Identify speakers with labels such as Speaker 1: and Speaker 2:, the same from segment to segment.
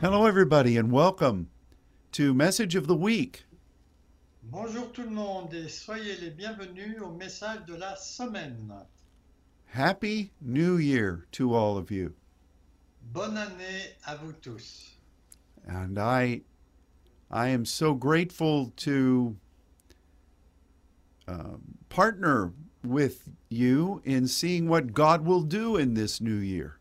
Speaker 1: Hello, everybody, and welcome to Message of the Week.
Speaker 2: Bonjour tout le monde et soyez les bienvenus au message de la semaine.
Speaker 1: Happy New Year to all of you.
Speaker 2: Bonne année à vous tous.
Speaker 1: And I, I am so grateful to uh, partner with you in seeing what God will do in this new year.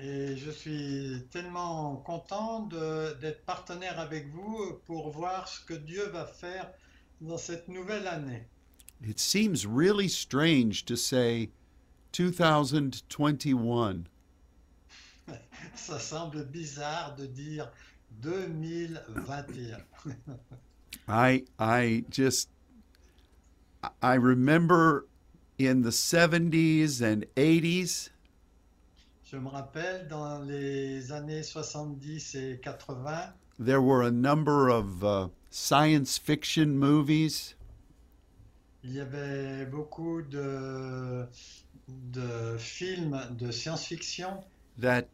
Speaker 2: Et je suis tellement content de- d'être partenaire avec vous pour voir ce que Dieu va faire dans cette nouvelle année.
Speaker 1: It seems really strange to say 2021,
Speaker 2: Ça semble bizarre de dire 2021.
Speaker 1: I I just I remember in the 70s and 80s
Speaker 2: Je me rappelle dans les années 70 et 80,
Speaker 1: there were a number of uh, science fiction movies
Speaker 2: Il y avait beaucoup de, de films de science-fiction
Speaker 1: that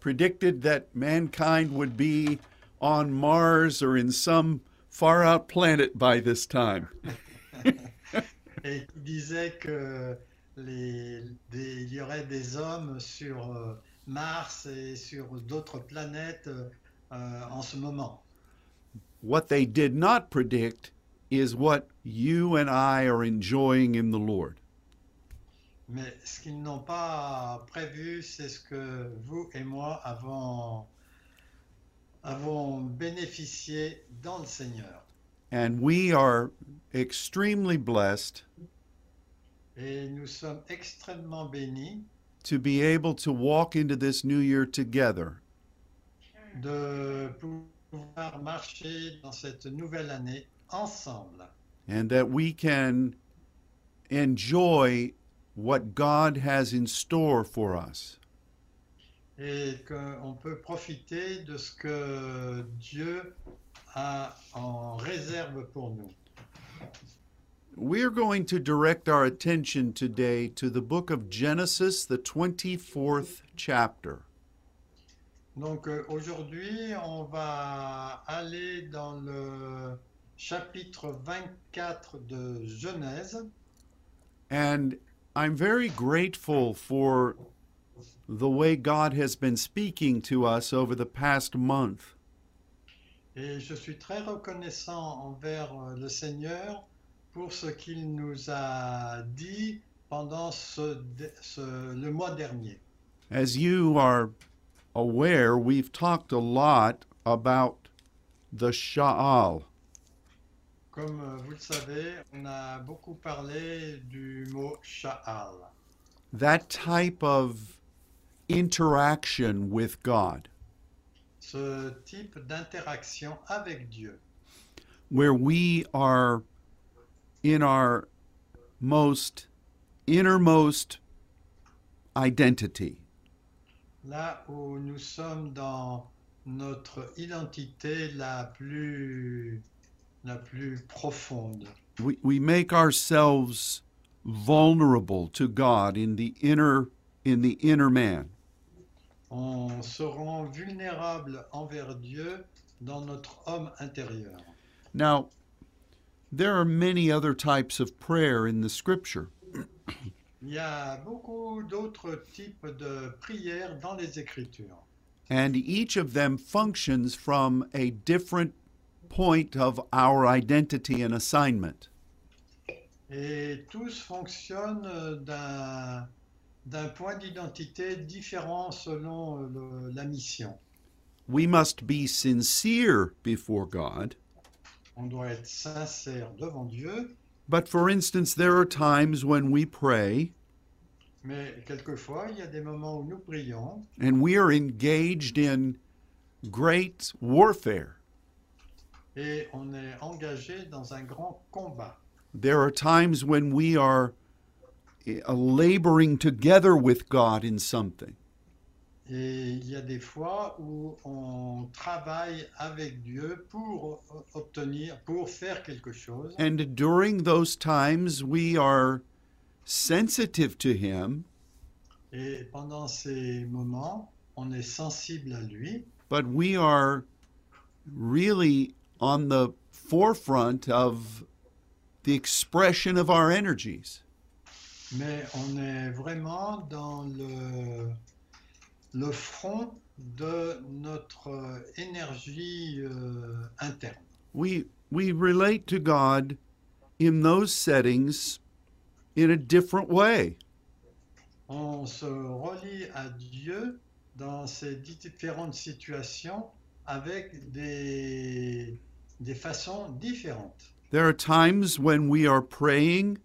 Speaker 1: predicted that mankind would be on Mars or in some far out planet by this time.
Speaker 2: et qui disaient que les, des- il y aurait des hommes sur euh, Mars et sur d'autres planètes euh, en ce moment.
Speaker 1: What they did not predict is what you and I are enjoying in the Lord.
Speaker 2: Mais ce qu'ils n'ont pas prévu, c'est ce que vous et moi avons, avons bénéficié dans le Seigneur.
Speaker 1: And we are extremely blessed
Speaker 2: Et nous sommes extrêmement bénis.
Speaker 1: to be able to walk into this new year together
Speaker 2: de pouvoir marcher dans cette nouvelle année ensemble
Speaker 1: and that we can enjoy what God has in store for us.
Speaker 2: et qu'on peut profiter de ce que Dieu a en réserve pour nous.
Speaker 1: We're going to direct our attention today to the book of Genesis, the 24th chapter.
Speaker 2: Donc euh, aujourd'hui, on va aller dans le chapitre 24 de Genèse
Speaker 1: And I'm very grateful for the way God has been speaking to us over the past month.
Speaker 2: et je suis très reconnaissant envers euh, le Seigneur pour ce qu'il nous a dit pendant ce dé- ce- le mois dernier.
Speaker 1: As you are aware, we've talked a lot about the Sha'al,
Speaker 2: Comme euh, vous le savez, on a beaucoup parlé du mot Sha'al,
Speaker 1: that type of interaction with God,
Speaker 2: ce type d'interaction avec Dieu,
Speaker 1: where we are in our most innermost identity.
Speaker 2: là où nous sommes dans notre identité la plus, la plus profonde.
Speaker 1: We, we make ourselves vulnerable to God in the inner in the inner man.
Speaker 2: On se rend vulnérable envers Dieu dans notre homme intérieur.
Speaker 1: Now, there are many other types of prayer in the scripture,
Speaker 2: Il y a beaucoup d'autres types de prières dans les Écritures.
Speaker 1: and each of them functions from a different point of our identity and assignment.
Speaker 2: Et tous fonctionnent euh, d'un d'un point d'identité différent selon euh, le- la mission.
Speaker 1: We must be sincere before God,
Speaker 2: On doit être sincère devant Dieu,
Speaker 1: but for instance, there are times when we pray
Speaker 2: mais quelquefois il y a des moments où nous prions
Speaker 1: and we are engaged in great warfare.
Speaker 2: et on est engagé dans un grand combat.
Speaker 1: There are times when we are eh, laboring together with God in something.
Speaker 2: Et il y a des fois où on travaille avec Dieu pour o- obtenir, pour faire quelque chose.
Speaker 1: And during those times, we are sensitive to Him
Speaker 2: Et pendant ces moments, on est sensible à lui
Speaker 1: but we are really on the forefront of the expression of our energies.
Speaker 2: Mais on est vraiment dans le, le front de notre énergie euh, interne.
Speaker 1: We we relate to God in those settings in a different way.
Speaker 2: On se relie à Dieu dans ces différentes situations avec des, des façons différentes.
Speaker 1: There are times when we are praying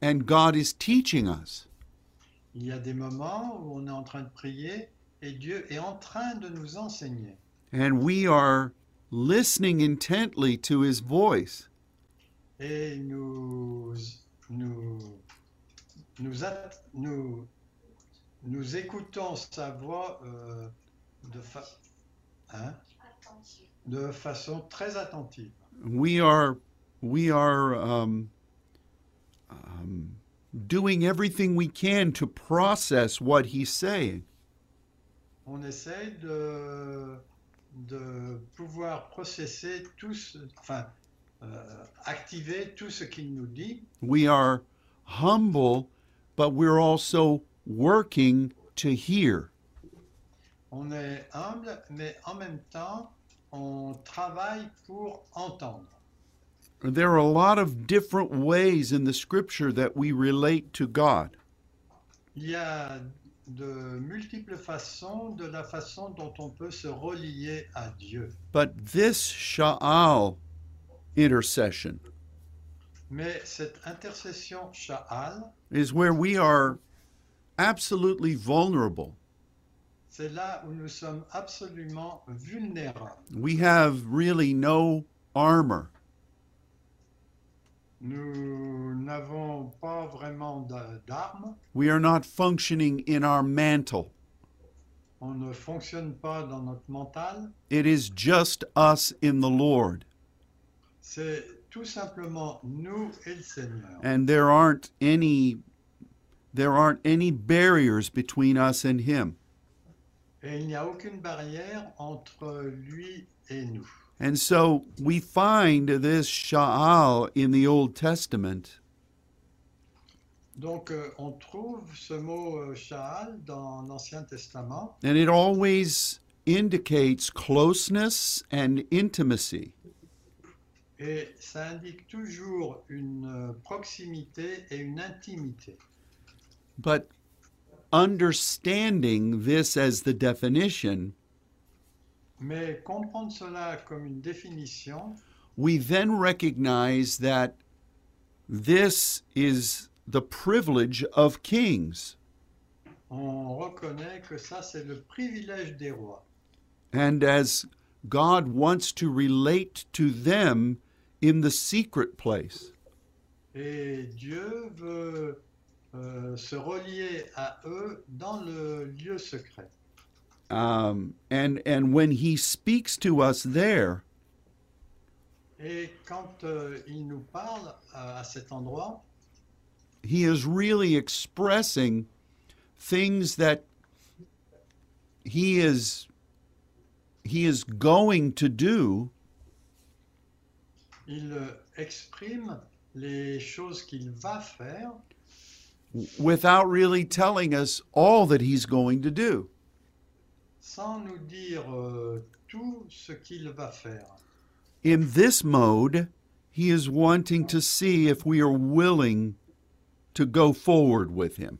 Speaker 1: and God is teaching us.
Speaker 2: Il y a des moments où on est en train de prier et Dieu est en train de nous enseigner.
Speaker 1: and we are listening intently to his voice.
Speaker 2: Et nous, nous, nous, at- nous, nous écoutons sa voix euh, de, fa- hein, de façon très attentive.
Speaker 1: We are we are um, um, doing everything we can to process what he's saying.
Speaker 2: On essaye de, de pouvoir processer tout ce, enfin, euh, activer tout ce qu'il nous dit.
Speaker 1: We are humble, but we're also working to hear.
Speaker 2: On est humble, mais en même temps, on travaille pour entendre.
Speaker 1: There are a lot of different ways in the scripture that we relate to God.
Speaker 2: Il y a de multiples façons de la façon dont on peut se relier à Dieu.
Speaker 1: But this Sha'al intercession
Speaker 2: Mais cette intercession Sha'al,
Speaker 1: is where we are absolutely vulnerable.
Speaker 2: c'est là où nous sommes absolument vulnérables.
Speaker 1: We have really no armor.
Speaker 2: Nous n'avons pas vraiment d'a- d'armes,
Speaker 1: We are not functioning in our mantle.
Speaker 2: on ne fonctionne pas dans notre mental,
Speaker 1: It is just us in the Lord,
Speaker 2: c'est tout simplement nous et le Seigneur.
Speaker 1: and there aren't any there aren't any barriers between us and him.
Speaker 2: Et il n'y a aucune barrière entre lui et nous.
Speaker 1: And so we find this Sha'al in the Old Testament,
Speaker 2: Donc euh, on trouve ce mot euh, Sha'al dans l'Ancien Testament
Speaker 1: and it always indicates closeness and intimacy.
Speaker 2: Et ça indique toujours une euh, proximité et une intimité.
Speaker 1: But understanding this as the definition
Speaker 2: Mais comprendre cela comme une définition,
Speaker 1: we then recognize that this is the privilege of kings.
Speaker 2: on reconnaît que ça, c'est le privilège des rois.
Speaker 1: And as God wants to relate to them in the secret place,
Speaker 2: Et Dieu veut euh, se relier à eux dans le lieu secret.
Speaker 1: um, and, and when He speaks to us there,
Speaker 2: Et quand euh, il nous parle euh, à, à cet endroit,
Speaker 1: He is really expressing things that He is, he is going to do
Speaker 2: il euh, exprime les choses qu'il va faire
Speaker 1: without really telling us all that He's going to do.
Speaker 2: sans nous dire euh, tout ce qu'il va faire.
Speaker 1: In this mode, he is wanting to see if we are willing to go forward with him.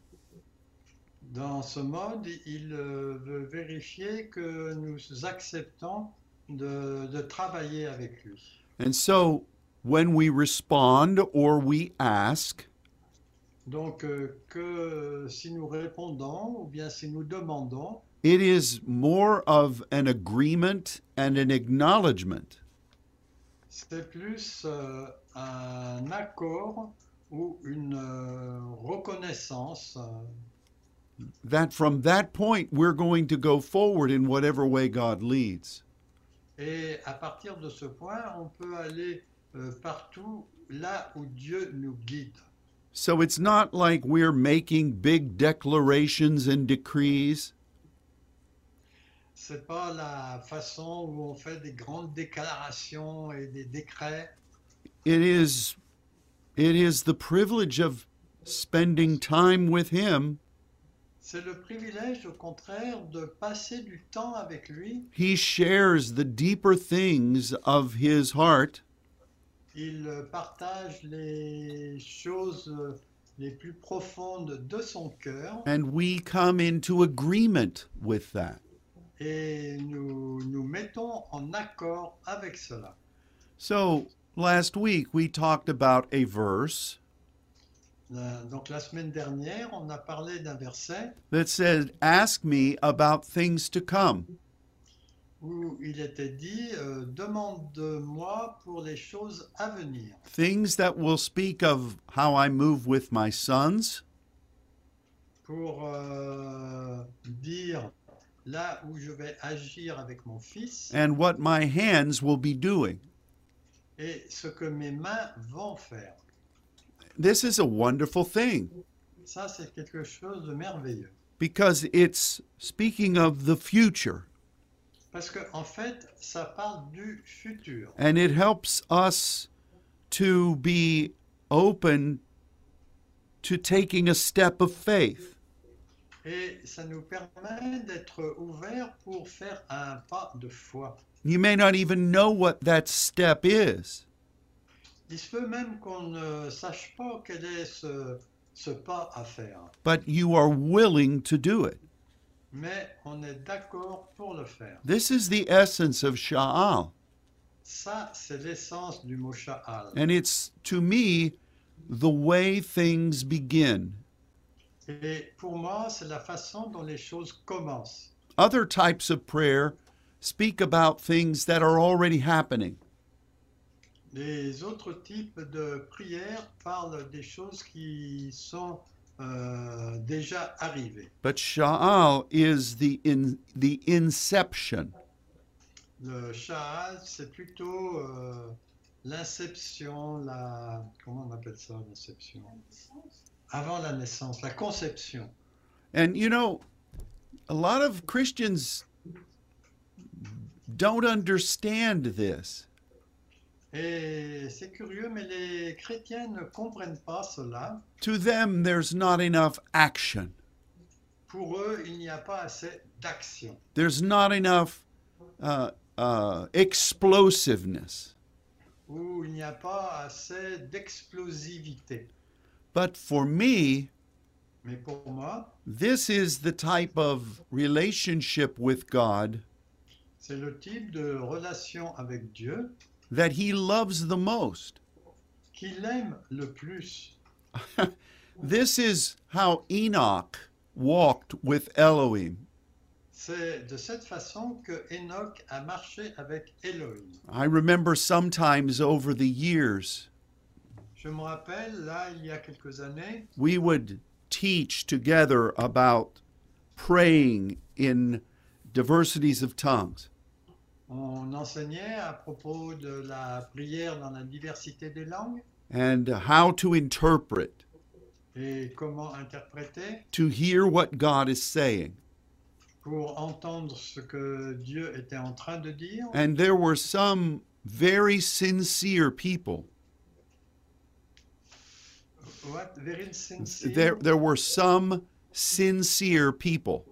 Speaker 2: Dans ce mode, il euh, veut vérifier que nous acceptons de, de travailler avec lui.
Speaker 1: And so, when we respond or we ask,
Speaker 2: Donc, euh, que euh, si nous répondons ou bien si nous demandons,
Speaker 1: it is more of an agreement and an acknowledgement.
Speaker 2: c'est plus euh, un accord ou une euh, reconnaissance.
Speaker 1: That from that point, we're going to go forward in whatever way God leads.
Speaker 2: Et à partir de ce point, on peut aller euh, partout là où Dieu nous guide.
Speaker 1: So, it's not like we're making big declarations and decrees.
Speaker 2: c'est pas la façon où on fait des grandes déclarations et des décrets.
Speaker 1: It is it is the privilege of spending time with him.
Speaker 2: C'est le privilège, au contraire, de passer du temps avec lui.
Speaker 1: He shares the deeper things of his heart
Speaker 2: Il partage les choses les plus profondes de son cœur
Speaker 1: and we come into agreement with that.
Speaker 2: et nous nous mettons en accord avec cela.
Speaker 1: So, last week we talked about a verse
Speaker 2: La- Euh, Donc la semaine dernière, on a parlé d'un verset
Speaker 1: that said, "Ask me about things to come."
Speaker 2: où il était dit euh, Demande-moi pour les choses à venir,
Speaker 1: Things that will speak of how I move with my sons,
Speaker 2: pour euh, dire là où je vais agir avec mon fils
Speaker 1: and what my hands will be doing.
Speaker 2: et ce que mes mains vont faire.
Speaker 1: This is a wonderful thing
Speaker 2: Ça, c'est quelque chose de merveilleux.
Speaker 1: because it's speaking of the future
Speaker 2: Parce que, en fait, ça parle du futur.
Speaker 1: and it helps us to be open to taking a step of faith.
Speaker 2: Et ça nous permet d'être ouverts pour faire un pas de foi.
Speaker 1: You may not even know what that step is.
Speaker 2: Il se peut même qu'on ne sache pas quel est ce, ce pas à faire,
Speaker 1: but you are willing to do it.
Speaker 2: mais on est d'accord pour le faire.
Speaker 1: This is the essence of Sha'al.
Speaker 2: Ça, c'est l'essence du mot Sha'al.
Speaker 1: And it's, to me, the way things begin.
Speaker 2: Et pour moi, c'est la façon dont les choses commencent.
Speaker 1: Other types of prayer speak about things that are already happening.
Speaker 2: Les autres types de prières parlent des choses qui sont euh, déjà arrivées.
Speaker 1: But Sha'al is the, in, the inception.
Speaker 2: Le Sha'al, c'est plutôt euh, l'inception, la... Comment on appelle ça, l'inception? Avant la naissance, la conception.
Speaker 1: And you know, a lot of Christians don't understand this.
Speaker 2: Et c'est curieux, mais les chrétiens ne comprennent pas cela.
Speaker 1: To them, there's not enough action.
Speaker 2: Pour eux, il n'y a pas assez d'action.
Speaker 1: there's not enough uh, uh, explosiveness.
Speaker 2: Ou il n'y a pas assez d'explosivité.
Speaker 1: But for me,
Speaker 2: Mais pour moi,
Speaker 1: this is the type of relationship with God
Speaker 2: c'est le type de relation avec Dieu
Speaker 1: that He loves the most.
Speaker 2: qu'il aime le plus.
Speaker 1: This is how Enoch walked with Elohim.
Speaker 2: C'est de cette façon que Enoch a marché avec Elohim.
Speaker 1: I remember sometimes over the years,
Speaker 2: Je me rappelle, là, il y a quelques années,
Speaker 1: we would teach together about praying in diversities of tongues.
Speaker 2: on enseignait à propos de la prière dans la diversité des langues
Speaker 1: And how to interpret
Speaker 2: et comment interpréter
Speaker 1: to hear what God is saying.
Speaker 2: pour entendre ce que Dieu était en train de dire.
Speaker 1: And there were some very sincere people.
Speaker 2: What? Very sincere.
Speaker 1: There, there were some sincere people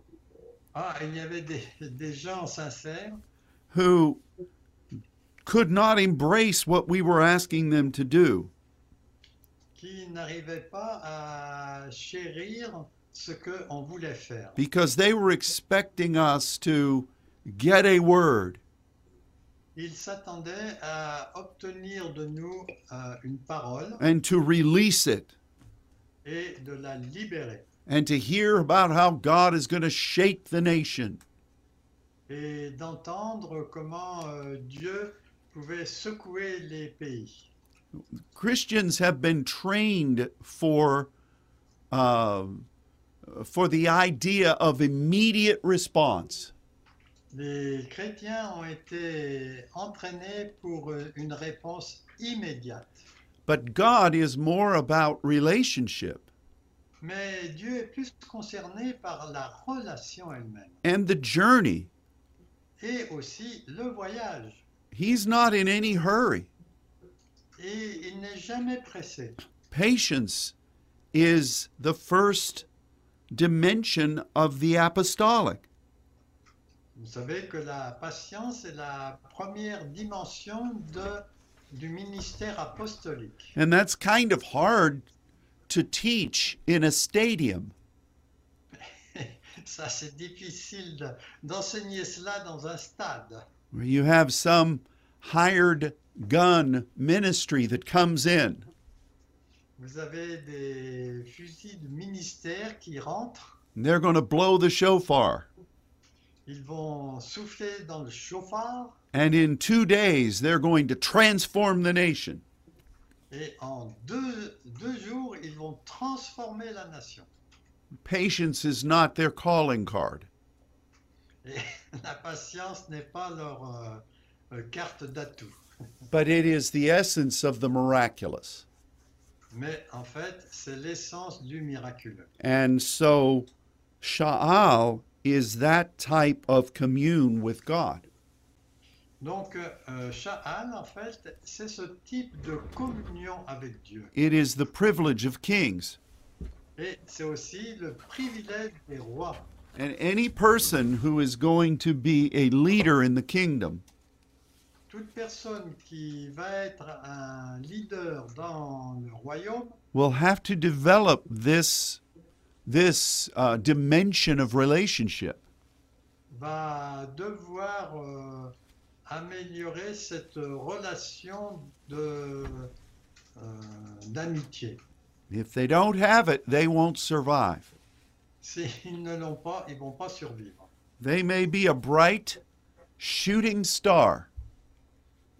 Speaker 2: Ah, il y avait des, des gens sincères
Speaker 1: who could not embrace what we were asking them to do.
Speaker 2: qui n'arrivaient pas à chérir ce qu'on voulait faire.
Speaker 1: because they were expecting us to get a word.
Speaker 2: Ils s'attendaient à obtenir de nous euh, une parole
Speaker 1: And to release it
Speaker 2: et de la libérer
Speaker 1: and to hear about how God is going to shake the nation.
Speaker 2: et d'entendre comment euh, Dieu pouvait secouer les pays.
Speaker 1: Christians have been trained for uh, for the idea of immediate response.
Speaker 2: Les chrétiens ont été entraînés pour euh, une réponse immédiate.
Speaker 1: But God is more about relationship
Speaker 2: Mais Dieu est plus concerné par la relation elle-même
Speaker 1: and the journey
Speaker 2: et aussi le voyage.
Speaker 1: He's not in any hurry.
Speaker 2: Et il n'est jamais pressé.
Speaker 1: Patience is the first dimension of the apostolic.
Speaker 2: Vous savez que la patience est la première dimension de, du ministère apostolique.
Speaker 1: And that's kind of hard to teach in a stadium.
Speaker 2: Ça, c'est difficile de- d'enseigner cela dans un stade
Speaker 1: where you have some hired gun ministry that comes in
Speaker 2: Vous avez des fusils de ministère qui rentrent,
Speaker 1: and they're going to blow the shofar.
Speaker 2: ils vont souffler dans le chauffard
Speaker 1: And in two days, they're going to transform the nation.
Speaker 2: et en deux, deux jours, ils vont transformer la nation.
Speaker 1: Patience is not their calling card.
Speaker 2: Et la patience n'est pas leur euh, euh, carte d'atout.
Speaker 1: But it is the essence of the miraculous.
Speaker 2: Mais en fait, c'est l'essence du miraculeux.
Speaker 1: And so Sha'al is that type of commune with God.
Speaker 2: Donc, euh, Sha'al, en fait, c'est ce type de communion avec Dieu.
Speaker 1: It is the privilege of kings.
Speaker 2: Et c'est aussi le privilège des rois.
Speaker 1: And any person who is going to be a leader in the kingdom
Speaker 2: Toute personne qui va être un leader dans le royaume
Speaker 1: will have to develop this this uh, dimension of relationship.
Speaker 2: va devoir euh, améliorer cette relation de, euh, d'amitié.
Speaker 1: If they don't have it, they won't survive.
Speaker 2: S'ils ne l'ont pas, ils vont pas survivre.
Speaker 1: They may be a bright shooting star,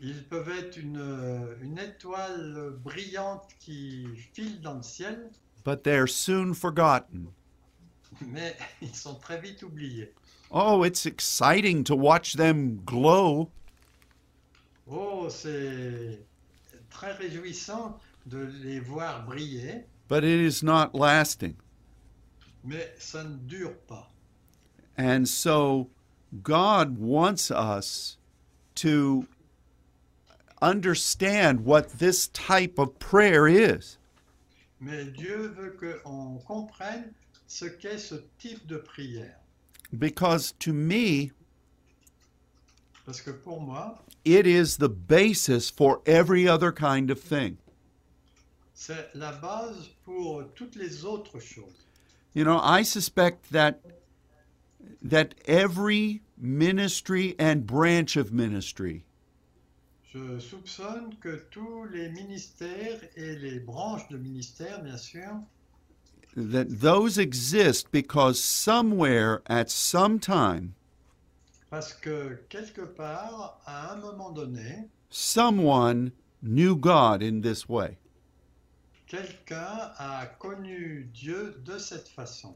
Speaker 2: Ils peuvent être une, une étoile brillante qui file dans le ciel,
Speaker 1: but they're soon forgotten.
Speaker 2: mais ils sont très vite oubliés.
Speaker 1: Oh, it's exciting to watch them glow,
Speaker 2: Oh, c'est très réjouissant de les voir briller,
Speaker 1: but it is not lasting.
Speaker 2: mais ça ne dure pas.
Speaker 1: And so God wants us to understand what this type of prayer is.
Speaker 2: Mais Dieu veut qu'on comprenne ce qu'est ce type de prière.
Speaker 1: Because to me,
Speaker 2: Parce que pour moi,
Speaker 1: it is the basis for every other kind of thing.
Speaker 2: c'est la base pour toutes les autres choses.
Speaker 1: You know, I suspect that that every ministry and branch of ministry
Speaker 2: Je soupçonne que tous les ministères et les branches de ministères, bien sûr,
Speaker 1: that those exist because somewhere at some time
Speaker 2: parce que quelque part, à un moment donné,
Speaker 1: someone knew God in this way.
Speaker 2: quelqu'un a connu Dieu de cette façon.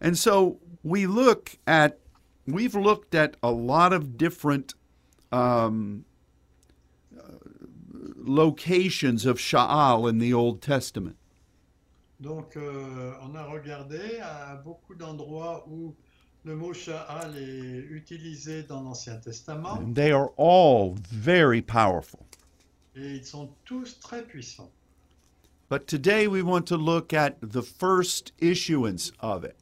Speaker 1: And so we look at, we've looked at a lot of different um, uh, locations of Sha'al in the Old Testament.
Speaker 2: Donc, euh, on a regardé à beaucoup d'endroits où le mot Sha'al est utilisé dans l'Ancien Testament.
Speaker 1: And they are all very powerful.
Speaker 2: Et ils sont tous très puissants.
Speaker 1: But today we want to look at the first issuance of it.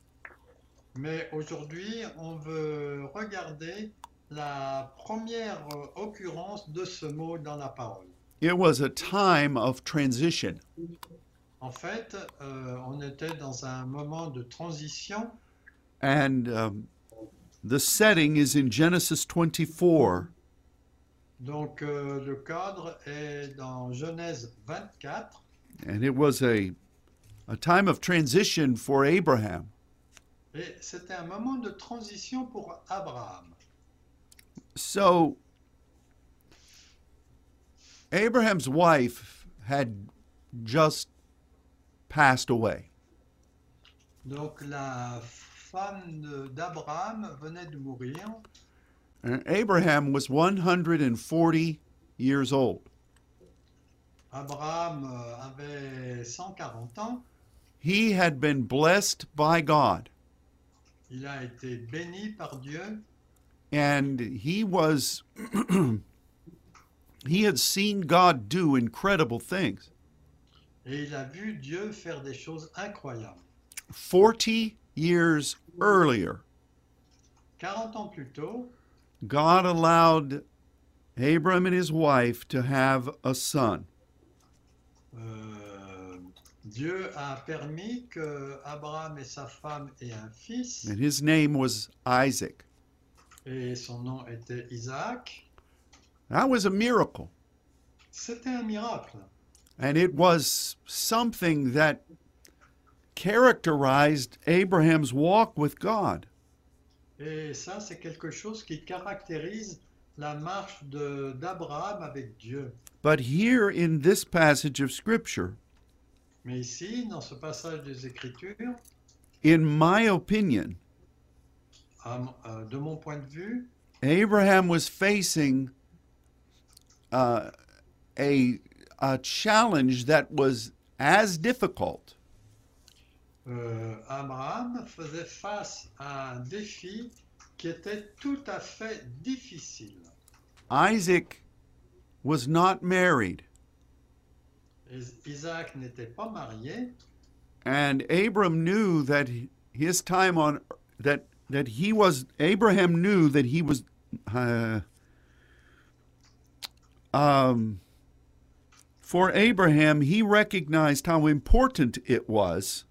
Speaker 2: Mais aujourd'hui, on veut regarder la première euh, occurrence de ce mot dans la parole.
Speaker 1: It was a time of transition.
Speaker 2: En fait, euh, on était dans un moment de transition
Speaker 1: And um, the setting is in Genesis 24,
Speaker 2: donc euh, le cadre est dans Genèse 24
Speaker 1: and it was a, a time of transition for Abraham.
Speaker 2: et c'était un moment de transition pour Abraham.
Speaker 1: So Abraham's wife had just passed away.
Speaker 2: Donc la femme de- d'Abraham venait de mourir
Speaker 1: And Abraham was 140 years old.
Speaker 2: Abraham euh, avait 140 ans.
Speaker 1: He had been blessed by God.
Speaker 2: Il a été béni par Dieu
Speaker 1: and he was he had seen God do incredible things.
Speaker 2: Et il a vu Dieu faire des choses incroyables.
Speaker 1: 40 years earlier,
Speaker 2: 40 ans plus tôt,
Speaker 1: God allowed Abram and his wife to have a son.
Speaker 2: euh, Dieu a permis que Abraham et sa femme aient un fils,
Speaker 1: And his name was Isaac.
Speaker 2: et son nom était Isaac.
Speaker 1: That was a miracle.
Speaker 2: C'était un miracle.
Speaker 1: And it was something that characterized Abraham's walk with God.
Speaker 2: Et ça, c'est quelque chose qui caractérise la marche de- d'Abraham avec Dieu.
Speaker 1: But here in this passage of Scripture,
Speaker 2: Mais ici, dans ce passage des Écritures,
Speaker 1: in my opinion,
Speaker 2: à mon- euh, de mon point de vue,
Speaker 1: Abraham was facing uh, a, a challenge that was as difficult
Speaker 2: euh, Abraham faisait face à un défi qui était tout à fait difficile.
Speaker 1: Isaac was not married,
Speaker 2: Is- Isaac n'était pas marié
Speaker 1: and Abram knew that his time on that that he was Abraham knew that he was uh, um for Abraham he recognized how important it was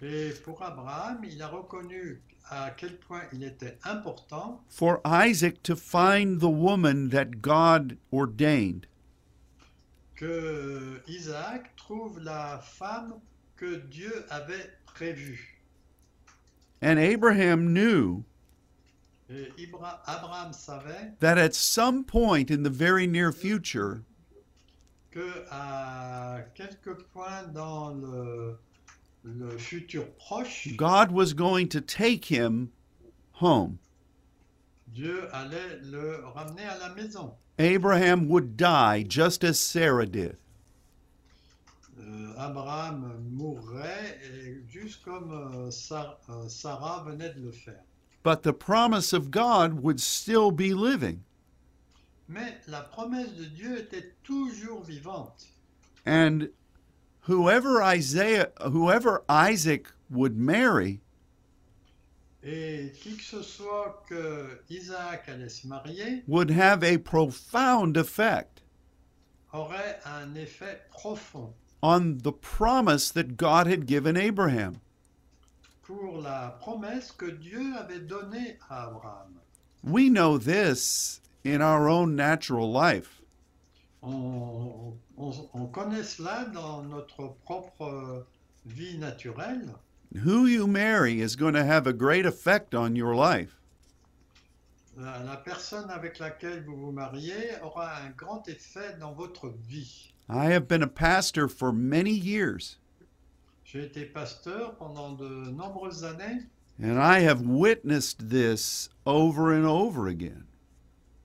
Speaker 2: et pour Abraham, il a reconnu à quel point il était important
Speaker 1: for Isaac to find the woman that God ordained.
Speaker 2: que euh, Isaac trouve la femme que Dieu avait prévue.
Speaker 1: And Abraham knew
Speaker 2: Et Ibra- Abraham savait
Speaker 1: that at some point in the very near future
Speaker 2: que à quelques points dans le, le futur proche,
Speaker 1: God was going to take him home.
Speaker 2: Dieu allait le ramener à la maison.
Speaker 1: Abraham would die just as Sarah did.
Speaker 2: Euh, Abraham mourrait et juste comme euh, Sa- euh, Sarah venait de le faire.
Speaker 1: But the promise of God would still be living.
Speaker 2: Mais la promesse de Dieu était toujours vivante.
Speaker 1: And whoever Isaiah whoever Isaac would marry,
Speaker 2: Et qui que ce soit que Isaac allait se marier
Speaker 1: would have a profound effect
Speaker 2: aurait un effet profond
Speaker 1: on the promise that God had given Abraham.
Speaker 2: pour la promesse que Dieu avait donnée à Abraham.
Speaker 1: We know this in our own natural life.
Speaker 2: On, on- on connaît cela dans notre propre vie naturelle.
Speaker 1: Who you marry is going to have a great effect on your life.
Speaker 2: La, la personne avec laquelle vous vous mariez aura un grand effet dans votre vie.
Speaker 1: I have been a pastor for many years,
Speaker 2: J'ai été pasteur pendant de nombreuses années
Speaker 1: and I have witnessed this over and over again.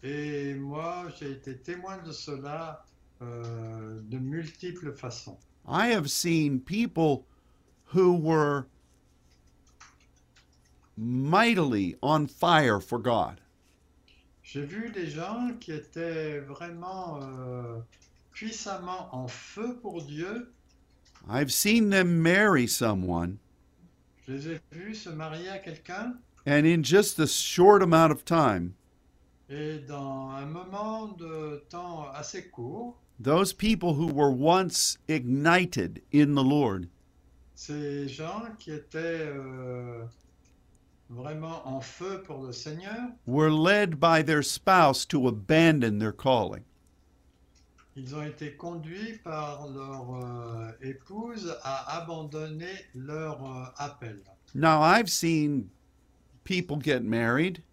Speaker 2: et moi j'ai été témoin de cela euh, de multiples façons.
Speaker 1: I have seen people who were mightily on fire for God,
Speaker 2: J'ai vu des gens qui étaient vraiment euh, puissamment en feu pour Dieu.
Speaker 1: I've seen them marry someone,
Speaker 2: Je les ai vus se marier à quelqu'un
Speaker 1: and in just a short amount of time,
Speaker 2: et dans un moment de temps assez court,
Speaker 1: those people who were once ignited in the Lord
Speaker 2: ces gens qui étaient euh, vraiment en feu pour le Seigneur,
Speaker 1: were led by their spouse to abandon their calling.
Speaker 2: ils ont été conduits par leur euh, épouse à abandonner leur euh, appel.
Speaker 1: Now, I've seen people get married,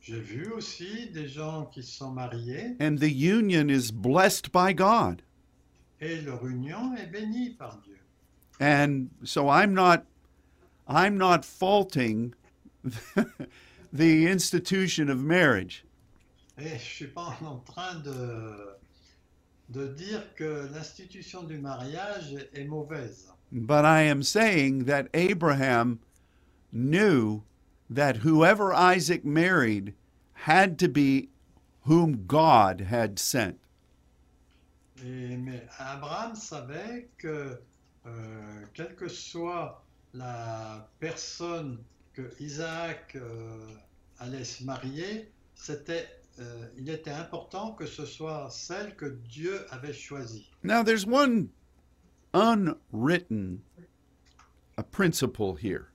Speaker 2: J'ai vu aussi des gens qui se sont mariés
Speaker 1: and the union is blessed by God.
Speaker 2: et leur union est bénie par Dieu.
Speaker 1: And so I'm not I'm not faulting the institution of marriage.
Speaker 2: Et je ne suis pas en train de, de dire que l'institution du mariage est mauvaise.
Speaker 1: But I am saying that Abraham knew that whoever Isaac married had to be whom God had sent.
Speaker 2: Et- mais Abraham savait que, euh, quelle que soit la personne que Isaac euh, allait se marier, c'était, euh, il était important que ce soit celle que Dieu avait choisie.
Speaker 1: Now, there's one unwritten a principle here.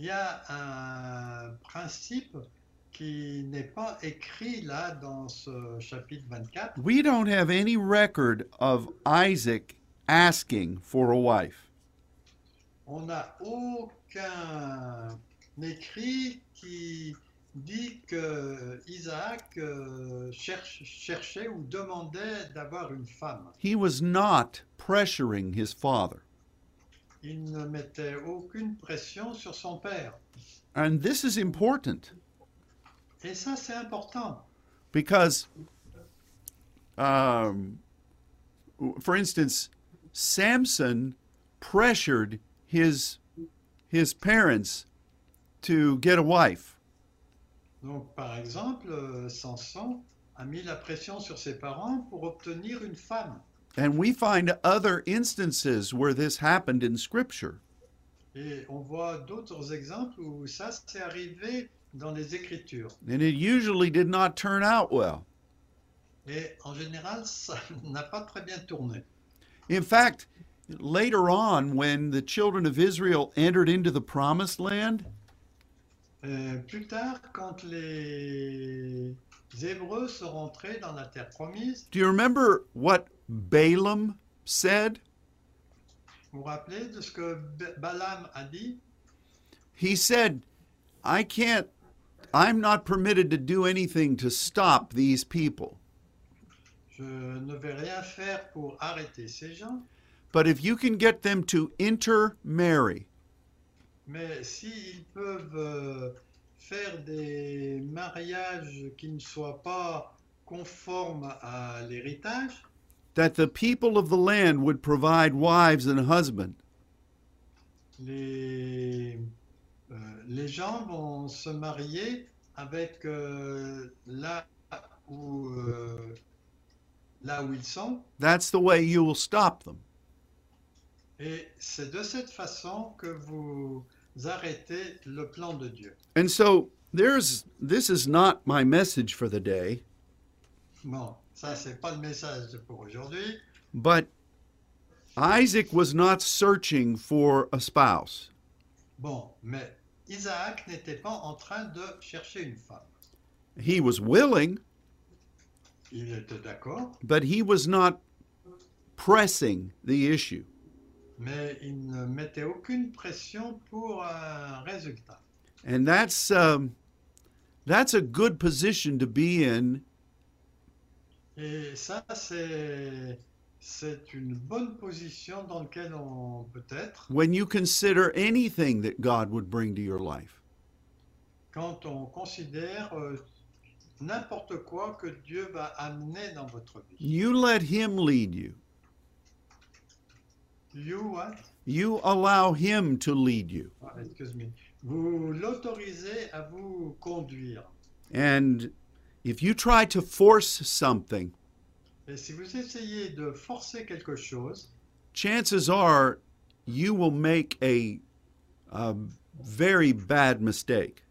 Speaker 2: Il y a un principe qui n'est pas écrit là dans ce chapitre 24.
Speaker 1: We don't have any record of Isaac asking for a wife.
Speaker 2: On n'a aucun écrit qui dit que Isaac euh, cherche- cherchait ou demandait d'avoir une femme.
Speaker 1: He was not pressuring his father.
Speaker 2: Il ne mettait aucune pression sur son père.
Speaker 1: And this is important
Speaker 2: Et ça, c'est important.
Speaker 1: because, um, for instance, Samson pressured his his parents to get a wife.
Speaker 2: Donc, par exemple, euh, Samson a mis la pression sur ses parents pour obtenir une femme.
Speaker 1: And we find other instances where this happened in Scripture.
Speaker 2: Et on voit d'autres exemples où ça s'est arrivé dans les Écritures.
Speaker 1: And it usually did not turn out well.
Speaker 2: Et en général, ça n'a pas très bien tourné.
Speaker 1: In fact, later on, when the children of Israel entered into the promised land,
Speaker 2: Euh, plus tard, quand les Hébreux sont rentrés dans la terre promise,
Speaker 1: do you remember what Balaam said?
Speaker 2: vous vous rappelez de ce que B- Balaam a dit
Speaker 1: He said, I can't, I'm not permitted to do anything to stop these people.
Speaker 2: Je ne vais rien faire pour arrêter ces gens,
Speaker 1: But if you can get them to intermarry,
Speaker 2: mais s'ils peuvent euh, faire des mariages qui ne soient pas conformes à l'héritage,
Speaker 1: that the people of the land would provide wives and husbands.
Speaker 2: les, euh, les gens vont se marier avec euh, là, où, euh, là où ils sont.
Speaker 1: That's the way you will stop them.
Speaker 2: Et c'est de cette façon que vous arrêtez le plan de Dieu.
Speaker 1: And so there's this is not my message for the day,
Speaker 2: Bon, ça, c'est pas le message pour aujourd'hui.
Speaker 1: but Isaac was not searching for a spouse.
Speaker 2: Bon, mais Isaac n'était pas en train de chercher une femme.
Speaker 1: He was willing,
Speaker 2: Il était d'accord,
Speaker 1: but he was not pressing the issue.
Speaker 2: mais il ne mettait aucune pression pour un résultat.
Speaker 1: And that's um, that's a good position to be in
Speaker 2: Et ça, c'est, c'est une bonne position dans laquelle on peut être
Speaker 1: when you consider anything that God would bring to your life.
Speaker 2: quand on considère euh, n'importe quoi que Dieu va amener dans votre vie.
Speaker 1: You let him lead you.
Speaker 2: You what?
Speaker 1: You allow him to lead you.
Speaker 2: Ah, excuse me. Vous l'autorisez à vous conduire.
Speaker 1: And if you try to force something,
Speaker 2: Et si vous essayez de forcer quelque chose,
Speaker 1: chances are you will make a, a very bad mistake.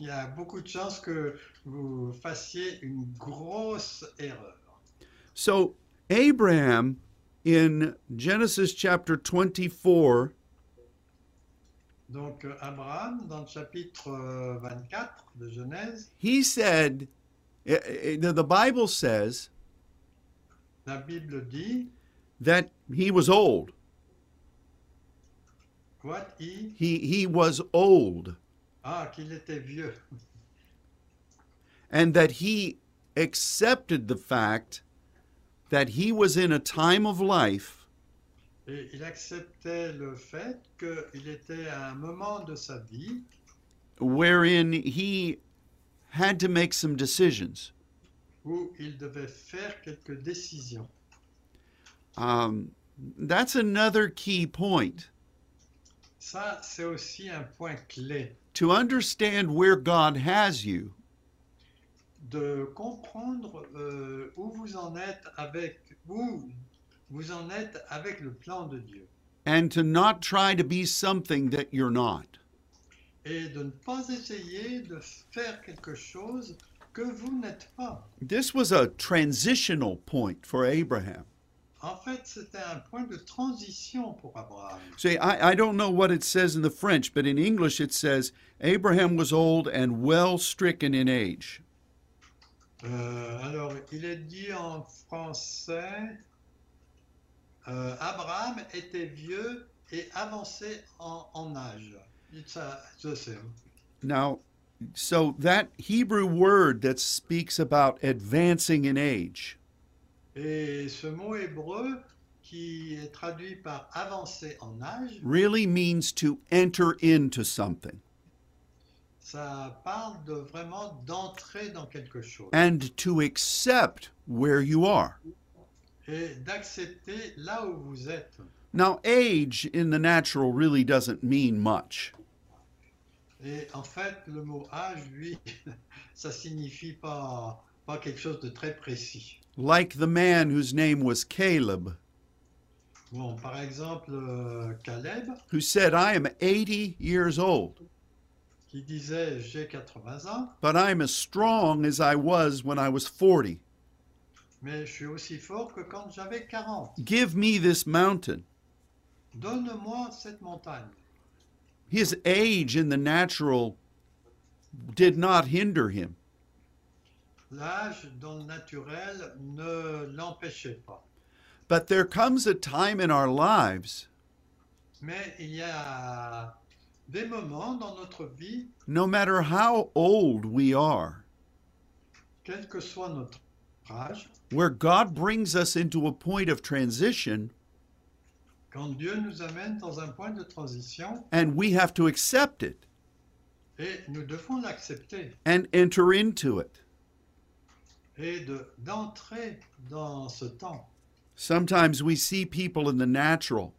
Speaker 2: il y a beaucoup de chances que vous fassiez une grosse erreur.
Speaker 1: So, Abraham in Genesis chapter 24,
Speaker 2: Donc euh, Abraham, dans le chapitre euh, 24 de Genèse,
Speaker 1: he said, eh, eh, the the Bible says
Speaker 2: la Bible dit,
Speaker 1: that he was old.
Speaker 2: what he,
Speaker 1: He, he was old,
Speaker 2: ah, qu'il était vieux,
Speaker 1: and that he accepted the fact that he was in a time of life
Speaker 2: et il acceptait le fait qu'il était à un moment de sa vie
Speaker 1: wherein he had to make some decisions.
Speaker 2: où il devait faire quelques décisions.
Speaker 1: Um, that's another key point.
Speaker 2: Ça, c'est aussi un point clé.
Speaker 1: To understand where God has you,
Speaker 2: de comprendre euh, où vous en êtes avec où vous en êtes avec le plan de Dieu
Speaker 1: and to not try to be something that you're not.
Speaker 2: et de ne pas essayer de faire quelque chose que vous n'êtes pas.
Speaker 1: This was a transitional point for Abraham.
Speaker 2: En fait, c'était un point de transition pour Abraham.
Speaker 1: See, I, I don't know what it says in the French, but in English it says Abraham was old and well stricken in age.
Speaker 2: Euh, alors, il est dit en français, euh, Abraham était vieux et avancé en, en âge. It's a- it's the same.
Speaker 1: Now, so that Hebrew word that speaks about advancing in age,
Speaker 2: Et ce mot hébreu qui est traduit par avancer en âge,
Speaker 1: really means to enter into something
Speaker 2: ça parle de vraiment d'entrer dans quelque chose
Speaker 1: and to accept where you are.
Speaker 2: et d'accepter là où vous êtes.
Speaker 1: Now, age in the natural really doesn't mean much.
Speaker 2: Et en fait, le mot âge, lui, ça signifie pas, pas quelque chose de très précis.
Speaker 1: Like the man whose name was Caleb,
Speaker 2: Bon, par exemple, euh, Caleb,
Speaker 1: who said, I am 80 years old,
Speaker 2: qui disait j'ai 80 ans,
Speaker 1: but I'm as strong as I was when I was 40.
Speaker 2: mais je suis aussi fort que quand j'avais 40.
Speaker 1: Give me this mountain.
Speaker 2: Donne-moi cette montagne.
Speaker 1: His age in the natural did not hinder him.
Speaker 2: L'âge dans le naturel ne l'empêchait pas.
Speaker 1: But there comes a time in our lives,
Speaker 2: Mais il y a des moments dans notre vie,
Speaker 1: no matter how old we are,
Speaker 2: quel que soit notre âge,
Speaker 1: where God brings us into a point of transition
Speaker 2: quand Dieu nous amène dans un point de transition
Speaker 1: and we have to accept it
Speaker 2: et nous devons l'accepter
Speaker 1: and enter into it.
Speaker 2: et de- d'entrer dans ce temps.
Speaker 1: Sometimes we see people in the natural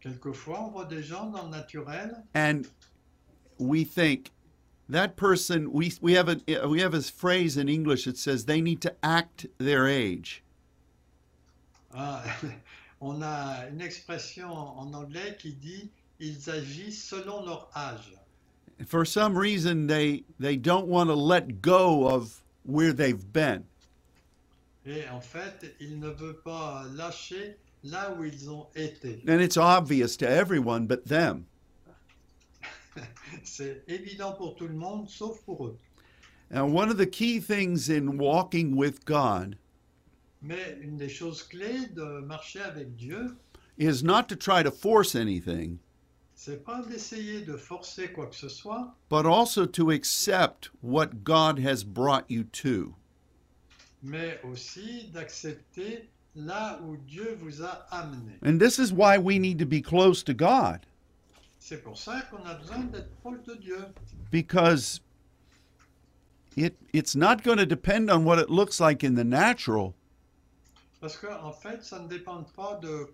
Speaker 2: Quelquefois, on voit des gens dans le naturel
Speaker 1: and we think that person we we have a we have a phrase in English that says they need to act their age.
Speaker 2: Ah, on a une expression en anglais qui dit ils agissent selon leur âge.
Speaker 1: For some reason they they don't want to let go of where they've been.
Speaker 2: Et en fait, ils ne veulent pas lâcher là où ils ont été.
Speaker 1: And it's obvious to everyone but them.
Speaker 2: C'est évident pour tout le monde, sauf pour eux.
Speaker 1: And one of the key things in walking with God
Speaker 2: Mais une des choses clés de marcher avec Dieu,
Speaker 1: is not to try to force anything,
Speaker 2: c'est pas d'essayer de forcer quoi que ce soit,
Speaker 1: but also to accept what God has brought you to.
Speaker 2: mais aussi d'accepter là où Dieu vous a amené.
Speaker 1: And this is why we need to be close to God.
Speaker 2: C'est pour ça qu'on a besoin d'être proche de Dieu.
Speaker 1: because it it's not going to depend on what it looks like in the natural
Speaker 2: Parce que en fait, ça ne dépend pas de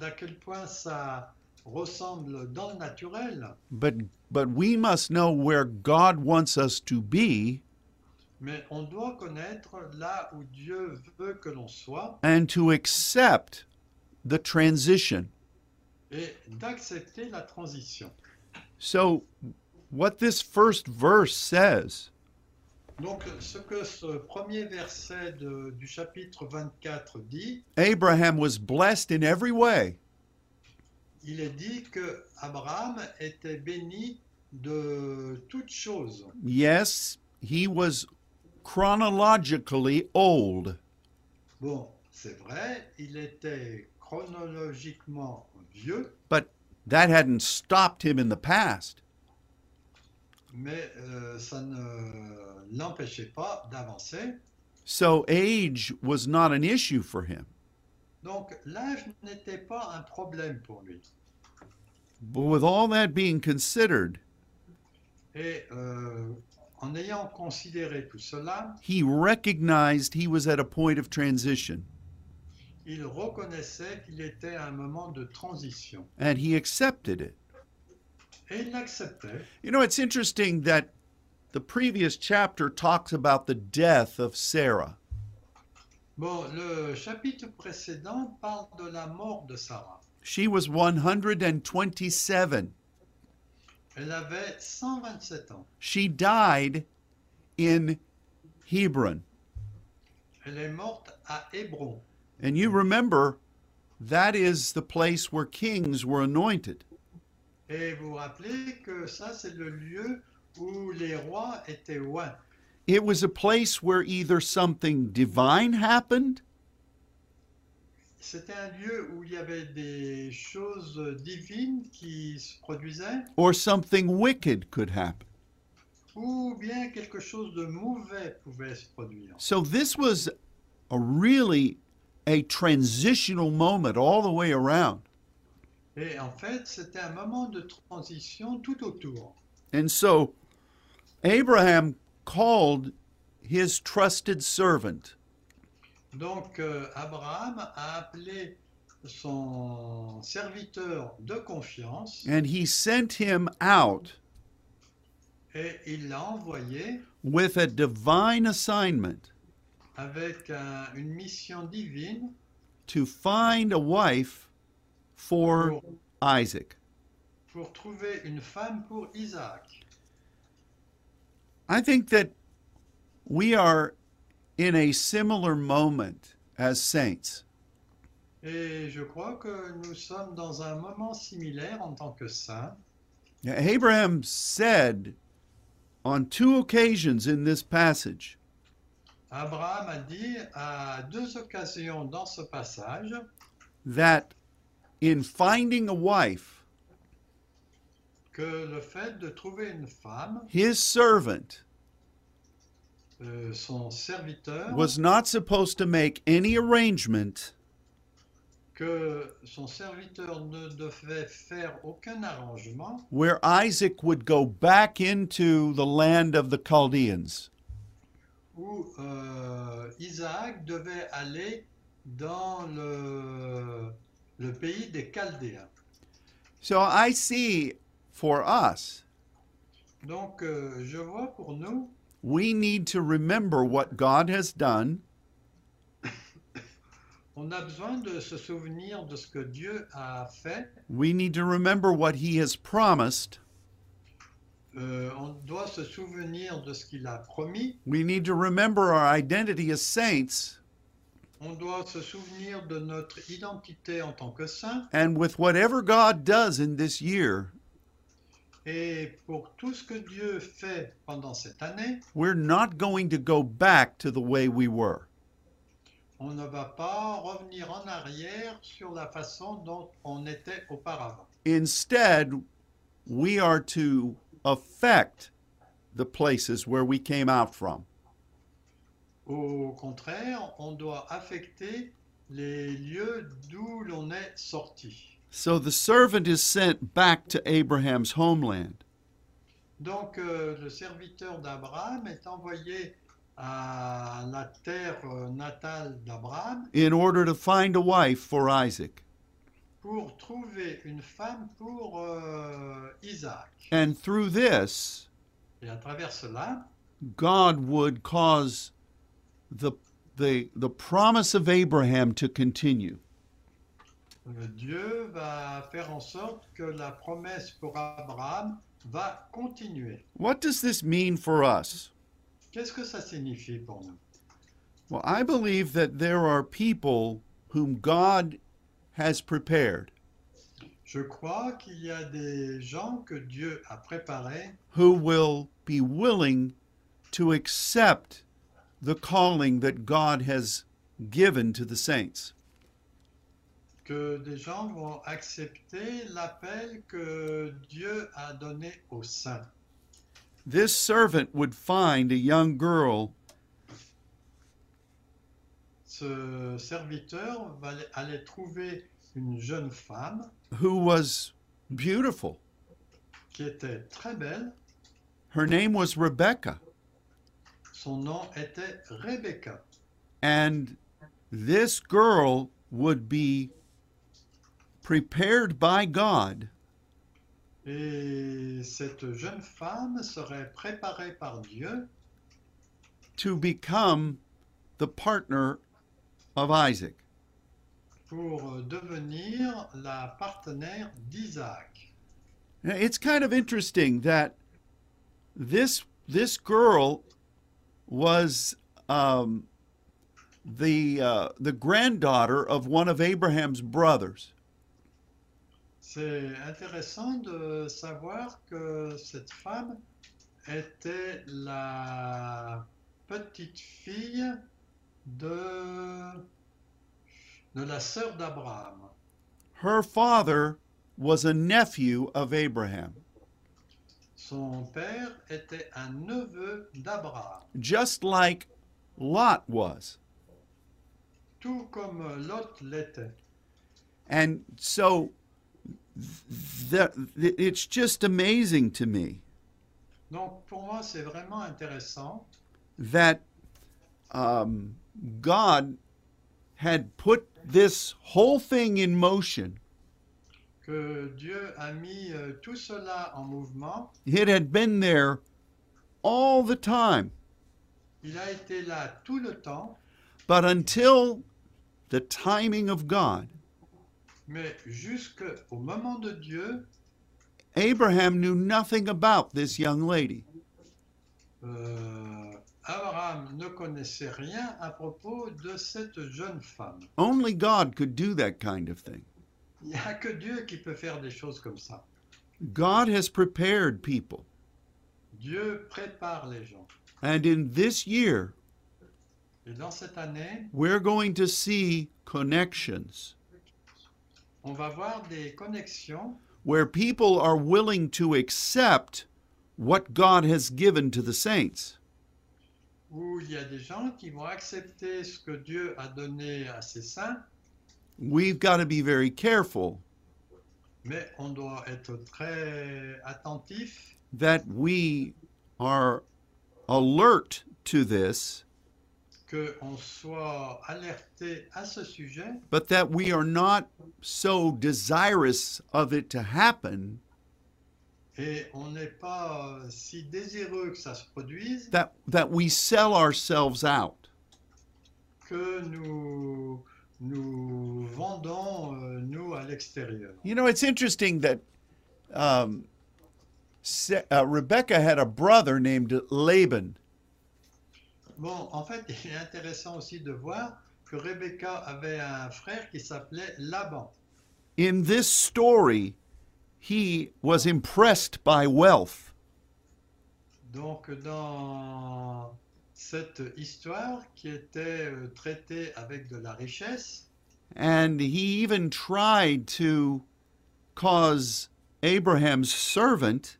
Speaker 2: d'à quel point ça ressemble dans le naturel,
Speaker 1: but but we must know where God wants us to be
Speaker 2: mais on doit connaître là où Dieu veut que l'on soit
Speaker 1: and to accept the transition.
Speaker 2: et d'accepter la transition.
Speaker 1: So what this first verse says
Speaker 2: Donc ce que ce premier verset de- du chapitre 24 dit,
Speaker 1: Abraham was blessed in every way
Speaker 2: il est dit que Abraham était béni de toutes choses.
Speaker 1: yes he was chronologically old
Speaker 2: Bon, c'est vrai, il était chronologiquement vieux,
Speaker 1: but that hadn't stopped him in the past
Speaker 2: mais euh, ça ne l'empêchait pas d'avancer.
Speaker 1: So age was not an issue for him.
Speaker 2: Donc l'âge n'était pas un problème pour lui.
Speaker 1: But with all that being considered,
Speaker 2: Et euh, en ayant considéré tout cela,
Speaker 1: he recognized he was at a point of transition
Speaker 2: il reconnaissait qu'il était à un moment de transition
Speaker 1: and he accepted it.
Speaker 2: et il l'acceptait.
Speaker 1: You know, it's interesting that the previous chapter talks about the death of Sarah.
Speaker 2: Bon, le chapitre précédent parle de la mort de Sarah.
Speaker 1: She was 127.
Speaker 2: Elle avait 127 ans.
Speaker 1: She died in Hebron.
Speaker 2: Elle est morte à Hébron.
Speaker 1: And you remember that is the place where kings were anointed.
Speaker 2: Et vous vous rappelez que ça, c'est le lieu où les rois étaient oints.
Speaker 1: It was a place where either something divine happened
Speaker 2: C'était un lieu où il y avait des choses divines qui se produisaient,
Speaker 1: or something wicked could happen.
Speaker 2: ou bien quelque chose de mauvais pouvait se produire.
Speaker 1: So this was a really a transitional moment all the way around.
Speaker 2: Et en fait, c'était un moment de transition tout autour.
Speaker 1: And so Abraham called his trusted servant
Speaker 2: Donc euh, Abraham a appelé son serviteur de confiance
Speaker 1: and he sent him out
Speaker 2: et il l'a envoyé
Speaker 1: with a divine assignment
Speaker 2: avec un- une mission divine
Speaker 1: to find a wife for
Speaker 2: pour,
Speaker 1: Isaac.
Speaker 2: pour trouver une femme pour Isaac.
Speaker 1: I think that we are in a similar moment as saints.
Speaker 2: Et je crois que nous sommes dans un moment similaire en tant que saints.
Speaker 1: Now, Abraham said on two occasions in this passage,
Speaker 2: Abraham a dit à deux occasions dans ce passage
Speaker 1: that in finding a wife,
Speaker 2: que le fait de trouver une femme,
Speaker 1: his servant
Speaker 2: euh, son serviteur,
Speaker 1: was not supposed to make any arrangement
Speaker 2: que son serviteur ne devait faire aucun arrangement
Speaker 1: where Isaac would go back into the land of the Chaldeans.
Speaker 2: où euh, Isaac devait aller dans le, le pays des Chaldéens.
Speaker 1: So I see for us,
Speaker 2: Donc euh, je vois pour nous
Speaker 1: we need to remember what God has done
Speaker 2: On a besoin de se souvenir de ce que Dieu a fait.
Speaker 1: We need to remember what he has promised.
Speaker 2: Euh, on doit se souvenir de ce qu'il a promis.
Speaker 1: We need to remember our identity as saints.
Speaker 2: On doit se souvenir de notre identité en tant que saint.
Speaker 1: And with whatever God does in this year,
Speaker 2: Et pour tout ce que Dieu fait pendant cette année,
Speaker 1: we're not going to go back to the way we were.
Speaker 2: on ne va pas revenir en arrière sur la façon dont on était auparavant.
Speaker 1: Instead, we are to affect the places where we came out from.
Speaker 2: Au contraire, on doit affecter les lieux d'où l'on est sorti.
Speaker 1: So the servant is sent back to Abraham's homeland.
Speaker 2: Donc, euh, le serviteur d'Abraham est envoyé à la terre euh, natale d'Abraham
Speaker 1: In order to find a wife for Isaac.
Speaker 2: pour trouver une femme pour euh, Isaac.
Speaker 1: And through this,
Speaker 2: Et à travers cela,
Speaker 1: God would cause the the the promise of Abraham to continue.
Speaker 2: euh, Dieu va faire en sorte que la promesse pour Abraham va continuer.
Speaker 1: What does this mean for us?
Speaker 2: Qu'est-ce que ça signifie pour nous
Speaker 1: Well, I believe that there are people whom God has prepared
Speaker 2: Je crois qu'il y a des gens que Dieu a préparés
Speaker 1: who will be willing to accept the calling that God has given to the saints.
Speaker 2: que des gens vont accepter l'appel que Dieu a donné aux saints.
Speaker 1: This servant would find a young girl
Speaker 2: Ce serviteur va aller- aller trouver une jeune femme
Speaker 1: who was beautiful.
Speaker 2: qui était très belle.
Speaker 1: Her name was Rebecca.
Speaker 2: Son nom était Rebecca.
Speaker 1: And this girl would be prepared by God
Speaker 2: Et cette jeune femme serait préparée par Dieu
Speaker 1: to become the partner of Isaac.
Speaker 2: pour euh, devenir la partenaire d'Isaac.
Speaker 1: Now, It's kind of interesting that this this girl was um, the uh, the granddaughter of one of Abraham's brothers.
Speaker 2: C'est intéressant de savoir que cette femme était la petite fille de, de la sœur d'Abraham.
Speaker 1: Her father was a nephew of Abraham,
Speaker 2: Son père était un neveu d'Abraham,
Speaker 1: just like Lot was.
Speaker 2: tout comme Lot l'était.
Speaker 1: And so th- th- it's just amazing to me
Speaker 2: Donc pour moi, c'est vraiment intéressant
Speaker 1: that um, God had put this whole thing in motion.
Speaker 2: que Dieu a mis euh, tout cela en mouvement.
Speaker 1: It had been there all the time.
Speaker 2: Il a été là tout le temps,
Speaker 1: But until the timing of God,
Speaker 2: mais jusqu'au moment de Dieu,
Speaker 1: Abraham knew nothing about this young lady.
Speaker 2: euh, Abraham ne connaissait rien à propos de cette jeune femme.
Speaker 1: Only God could do that kind of thing.
Speaker 2: Il n'y a que Dieu qui peut faire des choses comme ça.
Speaker 1: God has prepared people.
Speaker 2: Dieu prépare les gens.
Speaker 1: And in this year,
Speaker 2: Et dans cette année,
Speaker 1: we're going to see connections
Speaker 2: on va voir des connexions
Speaker 1: where people are willing to accept what God has given to the saints.
Speaker 2: où il y a des gens qui vont accepter ce que Dieu a donné à ses saints,
Speaker 1: We've got to be very careful
Speaker 2: mais on doit être très attentif
Speaker 1: that we are alert to this,
Speaker 2: qu'on soit alerté à ce sujet,
Speaker 1: but that we are not so desirous of it to happen
Speaker 2: Et on n'est pas euh, si désireux que ça se produise
Speaker 1: that, that we sell ourselves out.
Speaker 2: que nous nous vendons, euh, nous, à l'extérieur.
Speaker 1: You know, it's interesting that um, Se- uh, Rebecca had a brother named Laban.
Speaker 2: Bon, en fait, il est intéressant aussi de voir que Rebecca avait un frère qui s'appelait Laban.
Speaker 1: In this story, he was impressed by wealth.
Speaker 2: Donc, dans cette histoire qui était euh, traitée avec de la richesse,
Speaker 1: And he even tried to cause Abraham's servant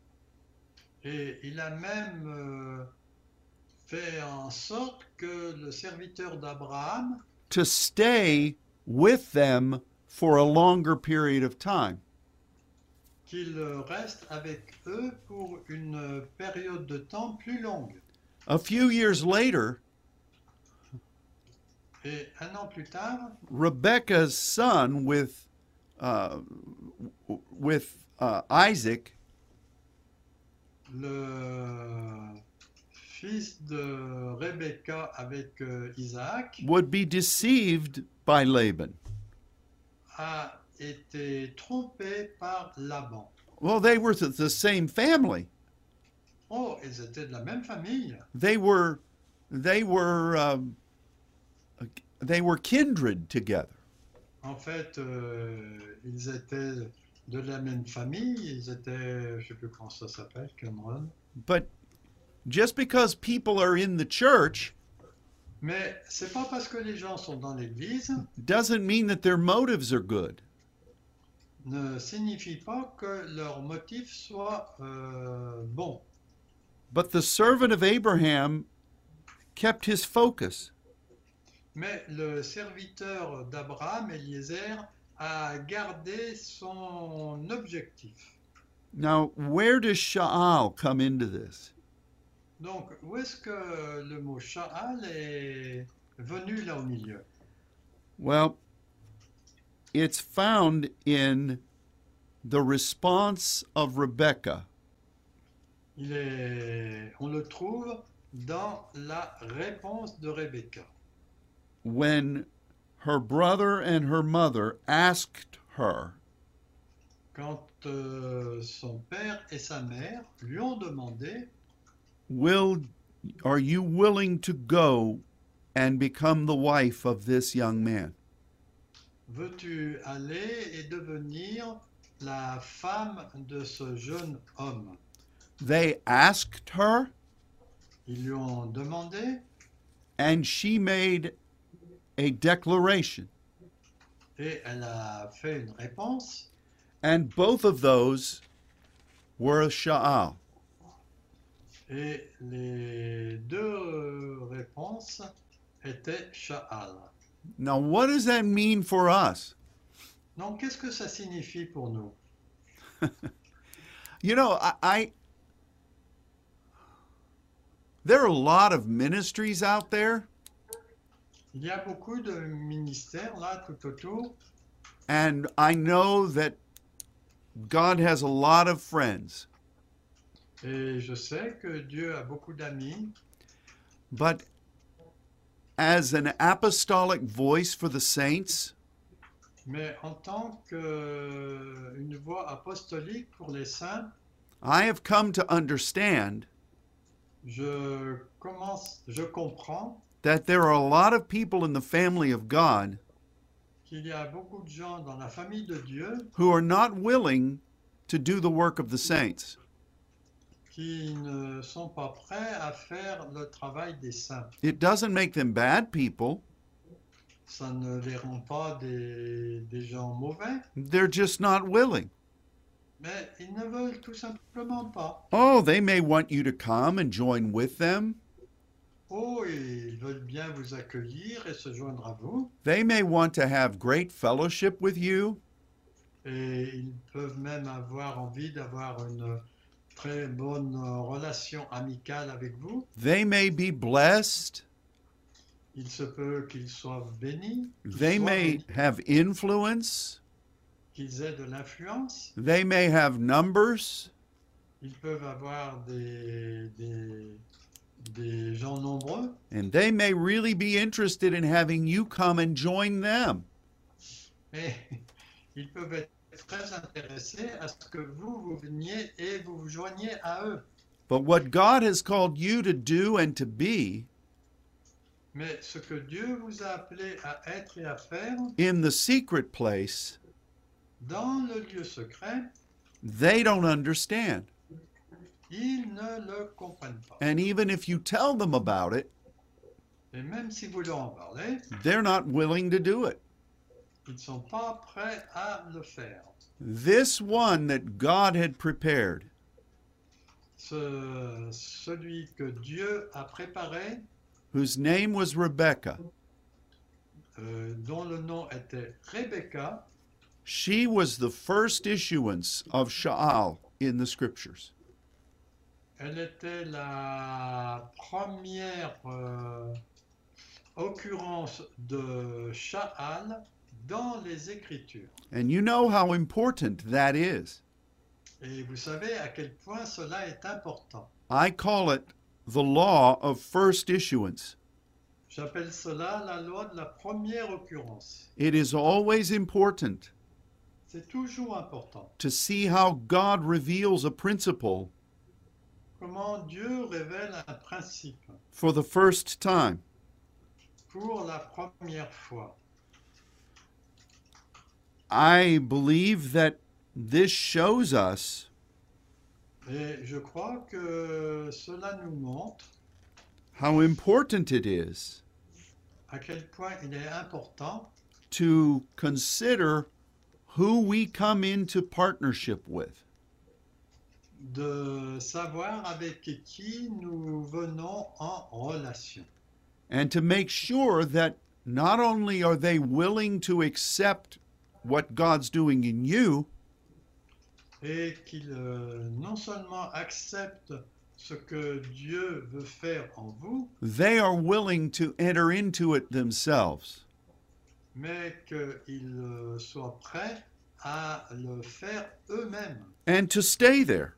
Speaker 2: et il a même euh, fait en sorte que le serviteur d'Abraham
Speaker 1: to stay with them for a longer period of time.
Speaker 2: qu'il reste avec eux pour une période de temps plus longue.
Speaker 1: A few years later,
Speaker 2: Et un an plus tard,
Speaker 1: Rebecca's son with, uh, w- with uh, Isaac
Speaker 2: le fils de Rebecca avec euh, Isaac
Speaker 1: would be deceived by Laban.
Speaker 2: a été trompé par Laban.
Speaker 1: Well, they were th- the same family.
Speaker 2: Oh, ils étaient de la même famille.
Speaker 1: They were, they were, um, they were kindred together.
Speaker 2: En fait, euh, ils étaient de la même famille. Ils étaient, je sais plus comment ça s'appelle, Cameron.
Speaker 1: But just because people are in the church
Speaker 2: Mais c'est pas parce que les gens sont dans l'église
Speaker 1: doesn't mean that their motives are good.
Speaker 2: ne signifie pas que leur motif soit euh, bon.
Speaker 1: But the servant of Abraham kept his focus.
Speaker 2: Mais le serviteur d'Abraham, Eliezer, a gardé son objectif.
Speaker 1: Now, where does Sha'al come into this?
Speaker 2: Donc, où est-ce que le mot Sha'al est venu là au milieu
Speaker 1: Well, it's found in the response of Rebecca.
Speaker 2: Il est, on le trouve dans la réponse de Rebecca
Speaker 1: when her brother and her mother asked her,
Speaker 2: quand euh, son père et sa mère lui ont demandé
Speaker 1: Will, are you willing to go and become the wife of this young man?
Speaker 2: veux-tu aller et devenir la femme de ce jeune homme
Speaker 1: They asked her,
Speaker 2: Ils lui ont demandé
Speaker 1: and she made a declaration.
Speaker 2: et elle a fait une réponse
Speaker 1: And both of those were Sha'al.
Speaker 2: et les deux euh, réponses étaient Sha'al.
Speaker 1: Now, what does that mean for us?
Speaker 2: Donc qu'est-ce que ça signifie pour nous
Speaker 1: You know, I, I there are a lot of ministries out there,
Speaker 2: Il y a beaucoup de ministères là tout autour
Speaker 1: and I know that God has a lot of friends,
Speaker 2: et je sais que Dieu a beaucoup d'amis
Speaker 1: but as an apostolic voice for the saints,
Speaker 2: Mais en tant qu'une voix apostolique pour les saints,
Speaker 1: I have come to understand
Speaker 2: je commence, je comprends
Speaker 1: that there are a lot of people in the family of God
Speaker 2: qu'il y a beaucoup de gens dans la famille de Dieu
Speaker 1: who are not willing to do the work of the saints.
Speaker 2: qui ne sont pas prêts à faire le travail des saints.
Speaker 1: It doesn't make them bad people,
Speaker 2: Ça ne les rend pas des, des gens mauvais,
Speaker 1: they're just not willing.
Speaker 2: mais ils ne veulent tout simplement pas.
Speaker 1: Oh, they may want you to come and join with them.
Speaker 2: Oh, ils veulent bien vous accueillir et se joindre à vous,
Speaker 1: They may want to have great fellowship with you,
Speaker 2: et ils peuvent même avoir envie d'avoir une très bonne relation amicale avec vous.
Speaker 1: they may be blessed,
Speaker 2: Il se peut qu'ils soient bénis, qu'ils
Speaker 1: they
Speaker 2: soient
Speaker 1: may
Speaker 2: bénis,
Speaker 1: have influence,
Speaker 2: qu'ils aient de l'influence,
Speaker 1: they may have numbers,
Speaker 2: ils peuvent avoir des, des, des gens nombreux
Speaker 1: and they may really be interested in having you come and join them.
Speaker 2: et ils peuvent être très intéressés à ce que vous, vous veniez et vous vous joigniez à eux.
Speaker 1: But what God has called you to do and to be
Speaker 2: Mais ce que Dieu vous a appelé à être et à faire,
Speaker 1: in the secret place,
Speaker 2: dans le lieu secret,
Speaker 1: they don't understand.
Speaker 2: ils ne le comprennent pas.
Speaker 1: And even if you tell them about it,
Speaker 2: Et même si vous leur en parlez,
Speaker 1: they're not willing to do it.
Speaker 2: ils ne sont pas prêts à le faire.
Speaker 1: This one that God had prepared,
Speaker 2: Ce- celui que Dieu a préparé,
Speaker 1: whose name was Rebecca,
Speaker 2: euh, dont le nom était Rebecca,
Speaker 1: she was the first issuance of Sha'al in the scriptures.
Speaker 2: elle était la première euh, occurrence de Sha'al dans les Écritures.
Speaker 1: And you know how important that is.
Speaker 2: Et vous savez à quel point cela est important.
Speaker 1: I call it the law of first issuance.
Speaker 2: J'appelle cela la loi de la première occurrence.
Speaker 1: It is always important
Speaker 2: C'est toujours important.
Speaker 1: to see how God reveals a principle
Speaker 2: Comment Dieu révèle un principe
Speaker 1: for the first time.
Speaker 2: pour la première fois.
Speaker 1: I believe that this shows us
Speaker 2: Et je crois que cela nous montre
Speaker 1: how important it is
Speaker 2: à quel point il est important
Speaker 1: to consider who we come into partnership with.
Speaker 2: de savoir avec qui nous venons en relation
Speaker 1: and to make sure that not only are they willing to accept what God's doing in you,
Speaker 2: et qu'il euh, non seulement accepte ce que Dieu veut faire en vous,
Speaker 1: they are willing to enter into it themselves.
Speaker 2: mais qu'il euh, soit prêt à le faire eux-mêmes.
Speaker 1: and to stay there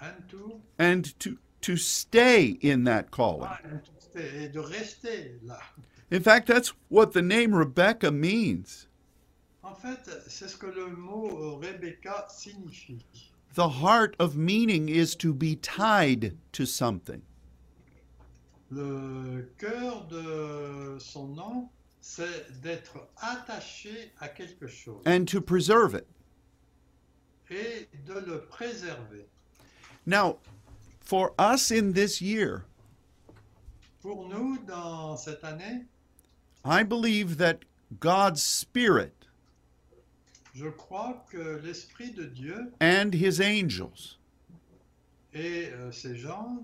Speaker 2: And to-
Speaker 1: and to, to stay in that calling.
Speaker 2: ah, and to stay, et de rester là.
Speaker 1: In fact, that's what the name Rebecca means
Speaker 2: En fait, c'est ce que le mot euh, Rebecca signifie.
Speaker 1: the heart of meaning is to be tied to something.
Speaker 2: Le cœur de son nom, c'est d'être attaché à quelque chose
Speaker 1: and to preserve it.
Speaker 2: et de le préserver.
Speaker 1: Now, for us in this year,
Speaker 2: Pour nous, dans cette année,
Speaker 1: I believe that God's Spirit
Speaker 2: je crois que l'Esprit de Dieu
Speaker 1: and His angels
Speaker 2: et euh, ses gens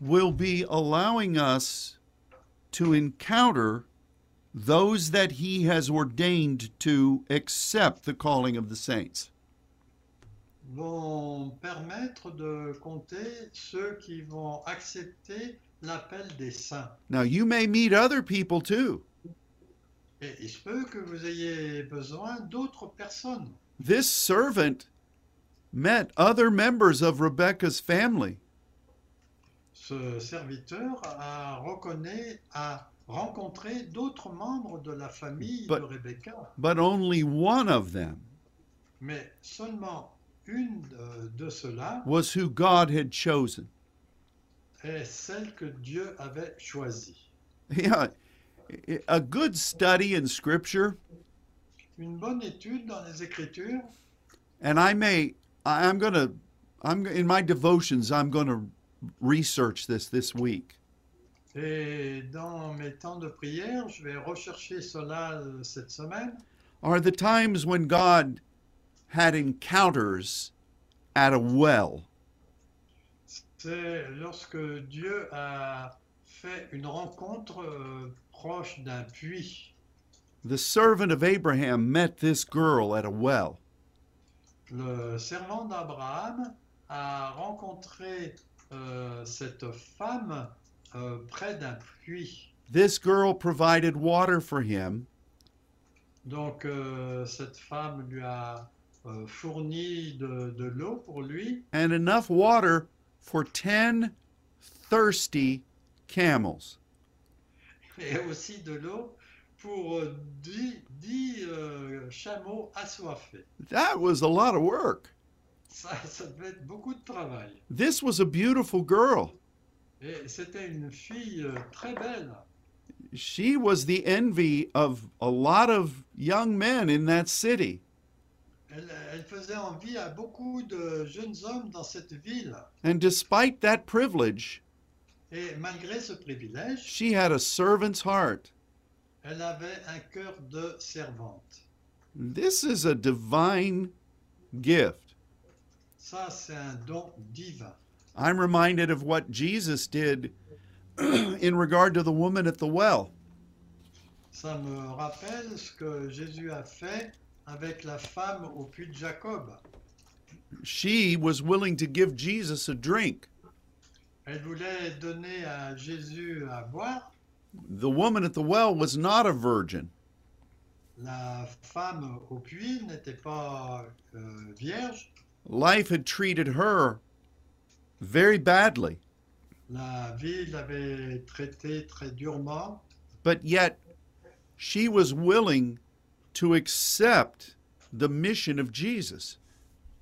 Speaker 1: will be allowing us to encounter those that He has ordained to accept the calling of the saints.
Speaker 2: vont permettre de compter ceux qui vont accepter l'appel des saints.
Speaker 1: Now, you may meet other people too.
Speaker 2: Et il se peut que vous ayez besoin d'autres personnes.
Speaker 1: This servant met other members of Rebecca's family.
Speaker 2: Ce serviteur a, reconnaît, a rencontré d'autres membres de la famille
Speaker 1: But-
Speaker 2: de Rebecca,
Speaker 1: but only one of them
Speaker 2: mais seulement une de, de ceux-là
Speaker 1: was who God had chosen.
Speaker 2: est celle que Dieu avait choisie.
Speaker 1: Yeah, a good study in Scripture,
Speaker 2: Une bonne étude dans les Écritures,
Speaker 1: and I may, I- I'm gonna, I'm in my devotions, I'm gonna research this this week.
Speaker 2: et dans mes temps de prière, je vais rechercher cela euh, cette semaine,
Speaker 1: Are the times when God had encounters at a well?
Speaker 2: c'est lorsque Dieu a fait une rencontre euh, proche d'un puits.
Speaker 1: The servant of Abraham met this girl at a well,
Speaker 2: Le servant d'Abraham a rencontré euh, cette femme euh, près d'un puits.
Speaker 1: this girl provided water for him,
Speaker 2: Donc euh, cette femme lui a euh, fourni de, de l'eau pour lui
Speaker 1: and enough water for 10 thirsty camels.
Speaker 2: et aussi de l'eau pour euh, dix, dix, euh, chameaux assoiffés.
Speaker 1: That was a lot of work.
Speaker 2: Ça, ça devait être beaucoup de travail.
Speaker 1: This was a beautiful girl.
Speaker 2: Et c'était une fille euh, très belle.
Speaker 1: She was the envy of a lot of young men in that city.
Speaker 2: Elle, elle faisait envie à beaucoup de jeunes hommes dans cette ville.
Speaker 1: And despite that privilege,
Speaker 2: Et malgré ce privilège,
Speaker 1: she had a servant's heart.
Speaker 2: Elle avait un cœur de servante.
Speaker 1: This is a divine gift.
Speaker 2: Ça, c'est un don divin.
Speaker 1: I'm reminded of what Jesus did in regard to the woman at the well.
Speaker 2: Ça me rappelle ce que Jésus a fait avec la femme au puits de Jacob.
Speaker 1: She was willing to give Jesus a drink.
Speaker 2: Elle voulait donner à Jésus à boire.
Speaker 1: The woman at the well was not a virgin.
Speaker 2: La femme au puits n'était pas euh, vierge.
Speaker 1: Life had treated her very badly.
Speaker 2: La vie l'avait traitée très durement,
Speaker 1: but yet she was willing to accept the mission of Jesus.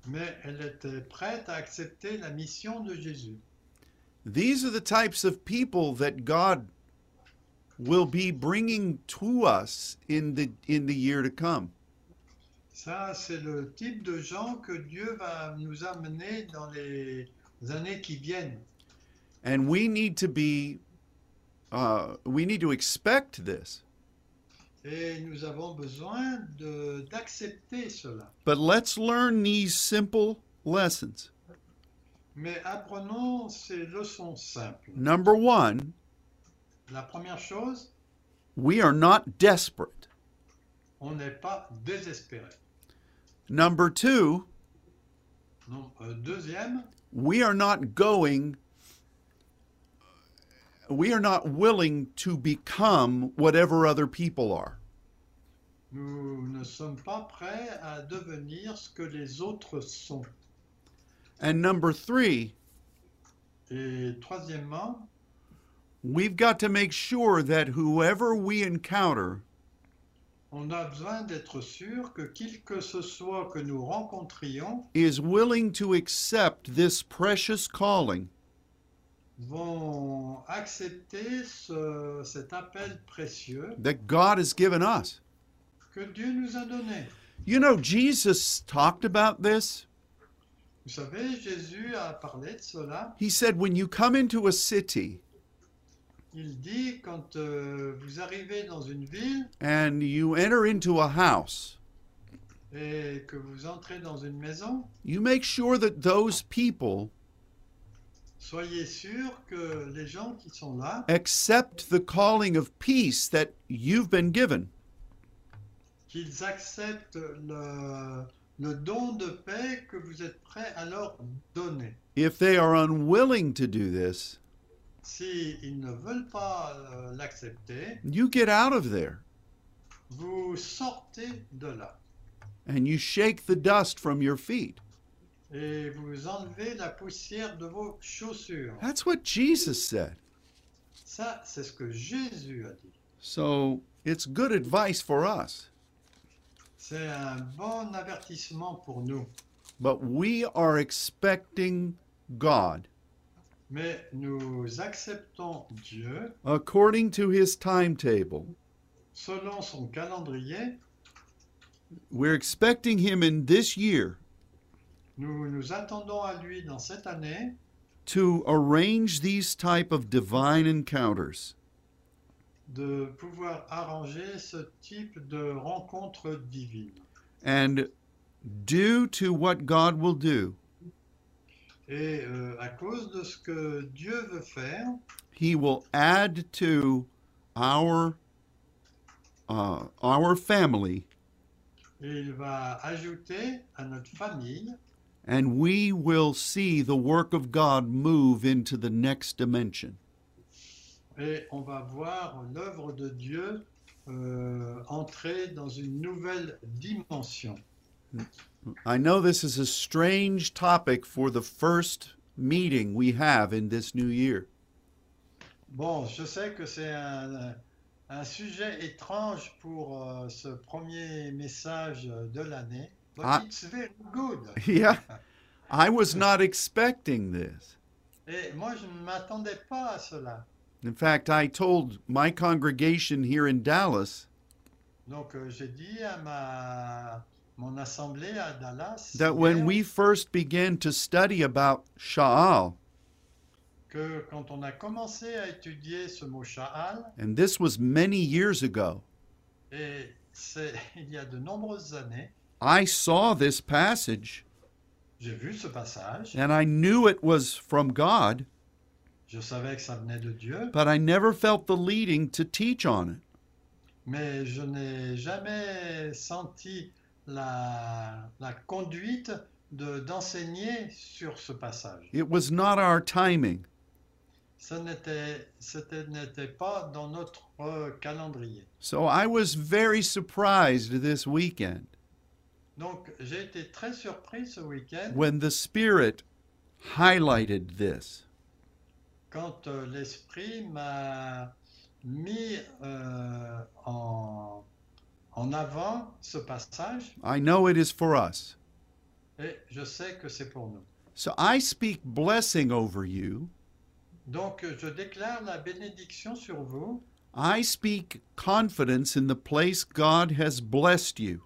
Speaker 2: mais elle était prête à accepter la mission de Jésus.
Speaker 1: These are the types of people that God will be bringing to us in the in the year to come.
Speaker 2: Ça, c'est le type de gens que Dieu va nous amener dans les années qui viennent.
Speaker 1: And we need to be uh, we need to expect this.
Speaker 2: Et nous avons besoin de- d'accepter cela.
Speaker 1: But let's learn these simple lessons.
Speaker 2: Mais apprenons ces leçons simples.
Speaker 1: Number 1,
Speaker 2: La première chose,
Speaker 1: we are not desperate.
Speaker 2: on n'est pas désespéré.
Speaker 1: Number 2,
Speaker 2: Non, euh, deuxième,
Speaker 1: we are not going we are not willing to become whatever other people are
Speaker 2: Nous ne sommes pas prêts à devenir ce que les autres sont.
Speaker 1: And number three,
Speaker 2: Et troisièmement,
Speaker 1: we've got to make sure that whoever we encounter
Speaker 2: on a besoin d'être sûr que qui que ce soit que nous rencontrions
Speaker 1: is willing to accept this precious calling
Speaker 2: vont accepter ce- cet appel précieux
Speaker 1: that God has given us.
Speaker 2: que Dieu nous a donné.
Speaker 1: You know, Jesus talked about this.
Speaker 2: Vous savez, Jésus a parlé de cela.
Speaker 1: He said, when you come into a city
Speaker 2: Il dit, quand euh, vous arrivez dans une ville
Speaker 1: and you enter into a house,
Speaker 2: et que vous entrez dans une maison,
Speaker 1: you make sure that those people
Speaker 2: soyez sûr que les gens qui sont là
Speaker 1: accept the calling of peace that you've been given.
Speaker 2: qu'ils acceptent le, le don de paix que vous êtes prêt à leur donner.
Speaker 1: If they are unwilling to do this,
Speaker 2: S'ils ne veulent pas euh, l'accepter,
Speaker 1: you get out of there
Speaker 2: vous sortez de là
Speaker 1: and you shake the dust from your feet.
Speaker 2: et vous enlevez la poussière de vos chaussures.
Speaker 1: That's what Jesus said.
Speaker 2: Ça, c'est ce que Jésus a dit.
Speaker 1: So it's good advice for us,
Speaker 2: C'est un bon avertissement pour nous.
Speaker 1: but we are expecting God
Speaker 2: Mais nous acceptons Dieu
Speaker 1: according to his timetable.
Speaker 2: selon son calendrier.
Speaker 1: We're expecting him in this year
Speaker 2: Nous nous attendons à lui dans cette année
Speaker 1: to arrange these type of divine encounters.
Speaker 2: de pouvoir arranger ce type de rencontre divine.
Speaker 1: And due to what God will do,
Speaker 2: Et euh, à cause de ce que Dieu veut faire,
Speaker 1: he will add to our uh, our family
Speaker 2: il va ajouter à notre famille
Speaker 1: and we will see the work of God move into the next dimension.
Speaker 2: Et on va voir l'œuvre de Dieu euh, entrer dans une nouvelle dimension.
Speaker 1: I know this is a strange topic for the first meeting we have in this new year.
Speaker 2: Bon, je sais que c'est un, un sujet étrange pour euh, ce premier message de l'année. But
Speaker 1: Ah.
Speaker 2: it's very good.
Speaker 1: Yeah. I was not expecting this.
Speaker 2: Et moi, je ne m'attendais pas à cela.
Speaker 1: In fact, I told my congregation here in Dallas
Speaker 2: Donc, euh, j'ai dit à ma, mon assemblée à Dallas
Speaker 1: that when
Speaker 2: hier
Speaker 1: we first began to study about Sha'al,
Speaker 2: que quand on a commencé à étudier ce mot Sha'al,
Speaker 1: and this was many years ago,
Speaker 2: et c'est il y a de nombreuses années,
Speaker 1: I saw this passage
Speaker 2: J'ai vu ce passage,
Speaker 1: and I knew it was from God,
Speaker 2: je savais que ça venait de Dieu,
Speaker 1: but I never felt the leading to teach on it.
Speaker 2: mais je n'ai jamais senti la, la conduite de- d'enseigner sur ce passage.
Speaker 1: It was not our timing.
Speaker 2: Ce n'était c'était- n'était pas dans notre euh, calendrier.
Speaker 1: So I was very surprised this weekend
Speaker 2: Donc j'ai été très surpris ce week-end
Speaker 1: when the Spirit highlighted this.
Speaker 2: quand euh, l'Esprit m'a mis euh, en, en avant ce passage
Speaker 1: I know it is for us.
Speaker 2: et je sais que c'est pour nous.
Speaker 1: So I speak blessing over you.
Speaker 2: Donc, euh, je déclare la bénédiction sur vous.
Speaker 1: I speak confidence in the place God has blessed you.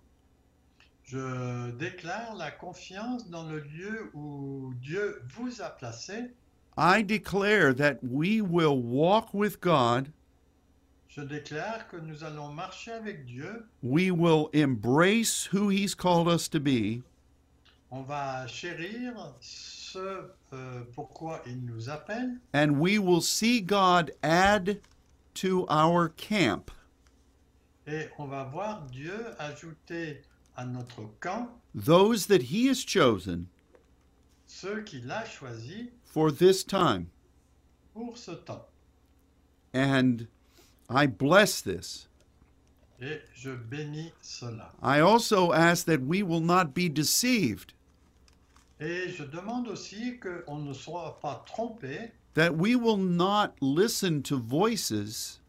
Speaker 2: Je déclare la confiance dans le lieu où Dieu vous a placé.
Speaker 1: I declare that we will walk with God.
Speaker 2: Je déclare que nous allons marcher avec Dieu.
Speaker 1: We will embrace who He's called us to be.
Speaker 2: On va chérir ce euh, pourquoi il nous appelle
Speaker 1: And we will see God add to our camp
Speaker 2: et on va voir Dieu ajouter à notre camp
Speaker 1: those that He has chosen
Speaker 2: ceux qu'il a choisis
Speaker 1: for this time.
Speaker 2: pour ce temps.
Speaker 1: And I bless this.
Speaker 2: et je bénis cela.
Speaker 1: I also ask that we will not be deceived,
Speaker 2: Et je demande aussi qu'on ne soit pas trompé,
Speaker 1: that we will not listen to voices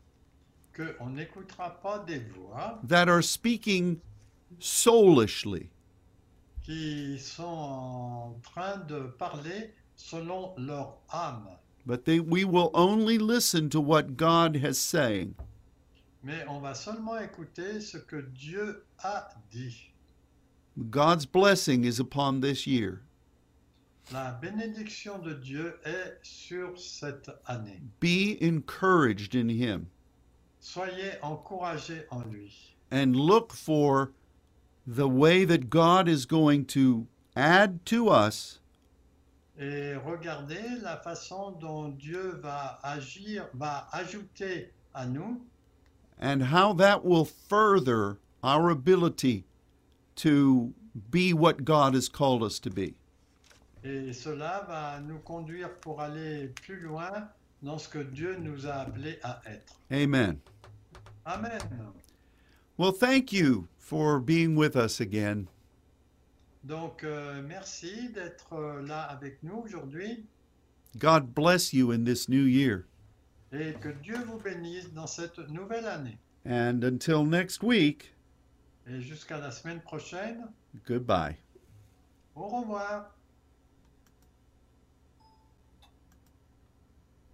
Speaker 2: qu'on n'écoutera pas des voix
Speaker 1: that are speaking soulishly,
Speaker 2: qui sont en train de parler selon leur âme,
Speaker 1: but they, we will only listen to what God has saying.
Speaker 2: mais on va seulement écouter ce que Dieu a dit.
Speaker 1: God's blessing is upon this year.
Speaker 2: La bénédiction de Dieu est sur cette année.
Speaker 1: Be encouraged in Him
Speaker 2: Soyez encouragés en lui
Speaker 1: and look for the way that God is going to add to us
Speaker 2: et regardez la façon dont Dieu va agir, va ajouter à nous
Speaker 1: and how that will further our ability to be what God has called us to be.
Speaker 2: et cela va nous conduire pour aller plus loin dans ce que Dieu nous a appelés à être.
Speaker 1: Amen.
Speaker 2: Amen.
Speaker 1: Well, thank you for being with us again.
Speaker 2: Donc euh, merci d'être euh, là avec nous aujourd'hui
Speaker 1: God bless you in this new year.
Speaker 2: et que Dieu vous bénisse dans cette nouvelle année.
Speaker 1: And until next week,
Speaker 2: Et jusqu'à la semaine prochaine,
Speaker 1: goodbye.
Speaker 2: au revoir.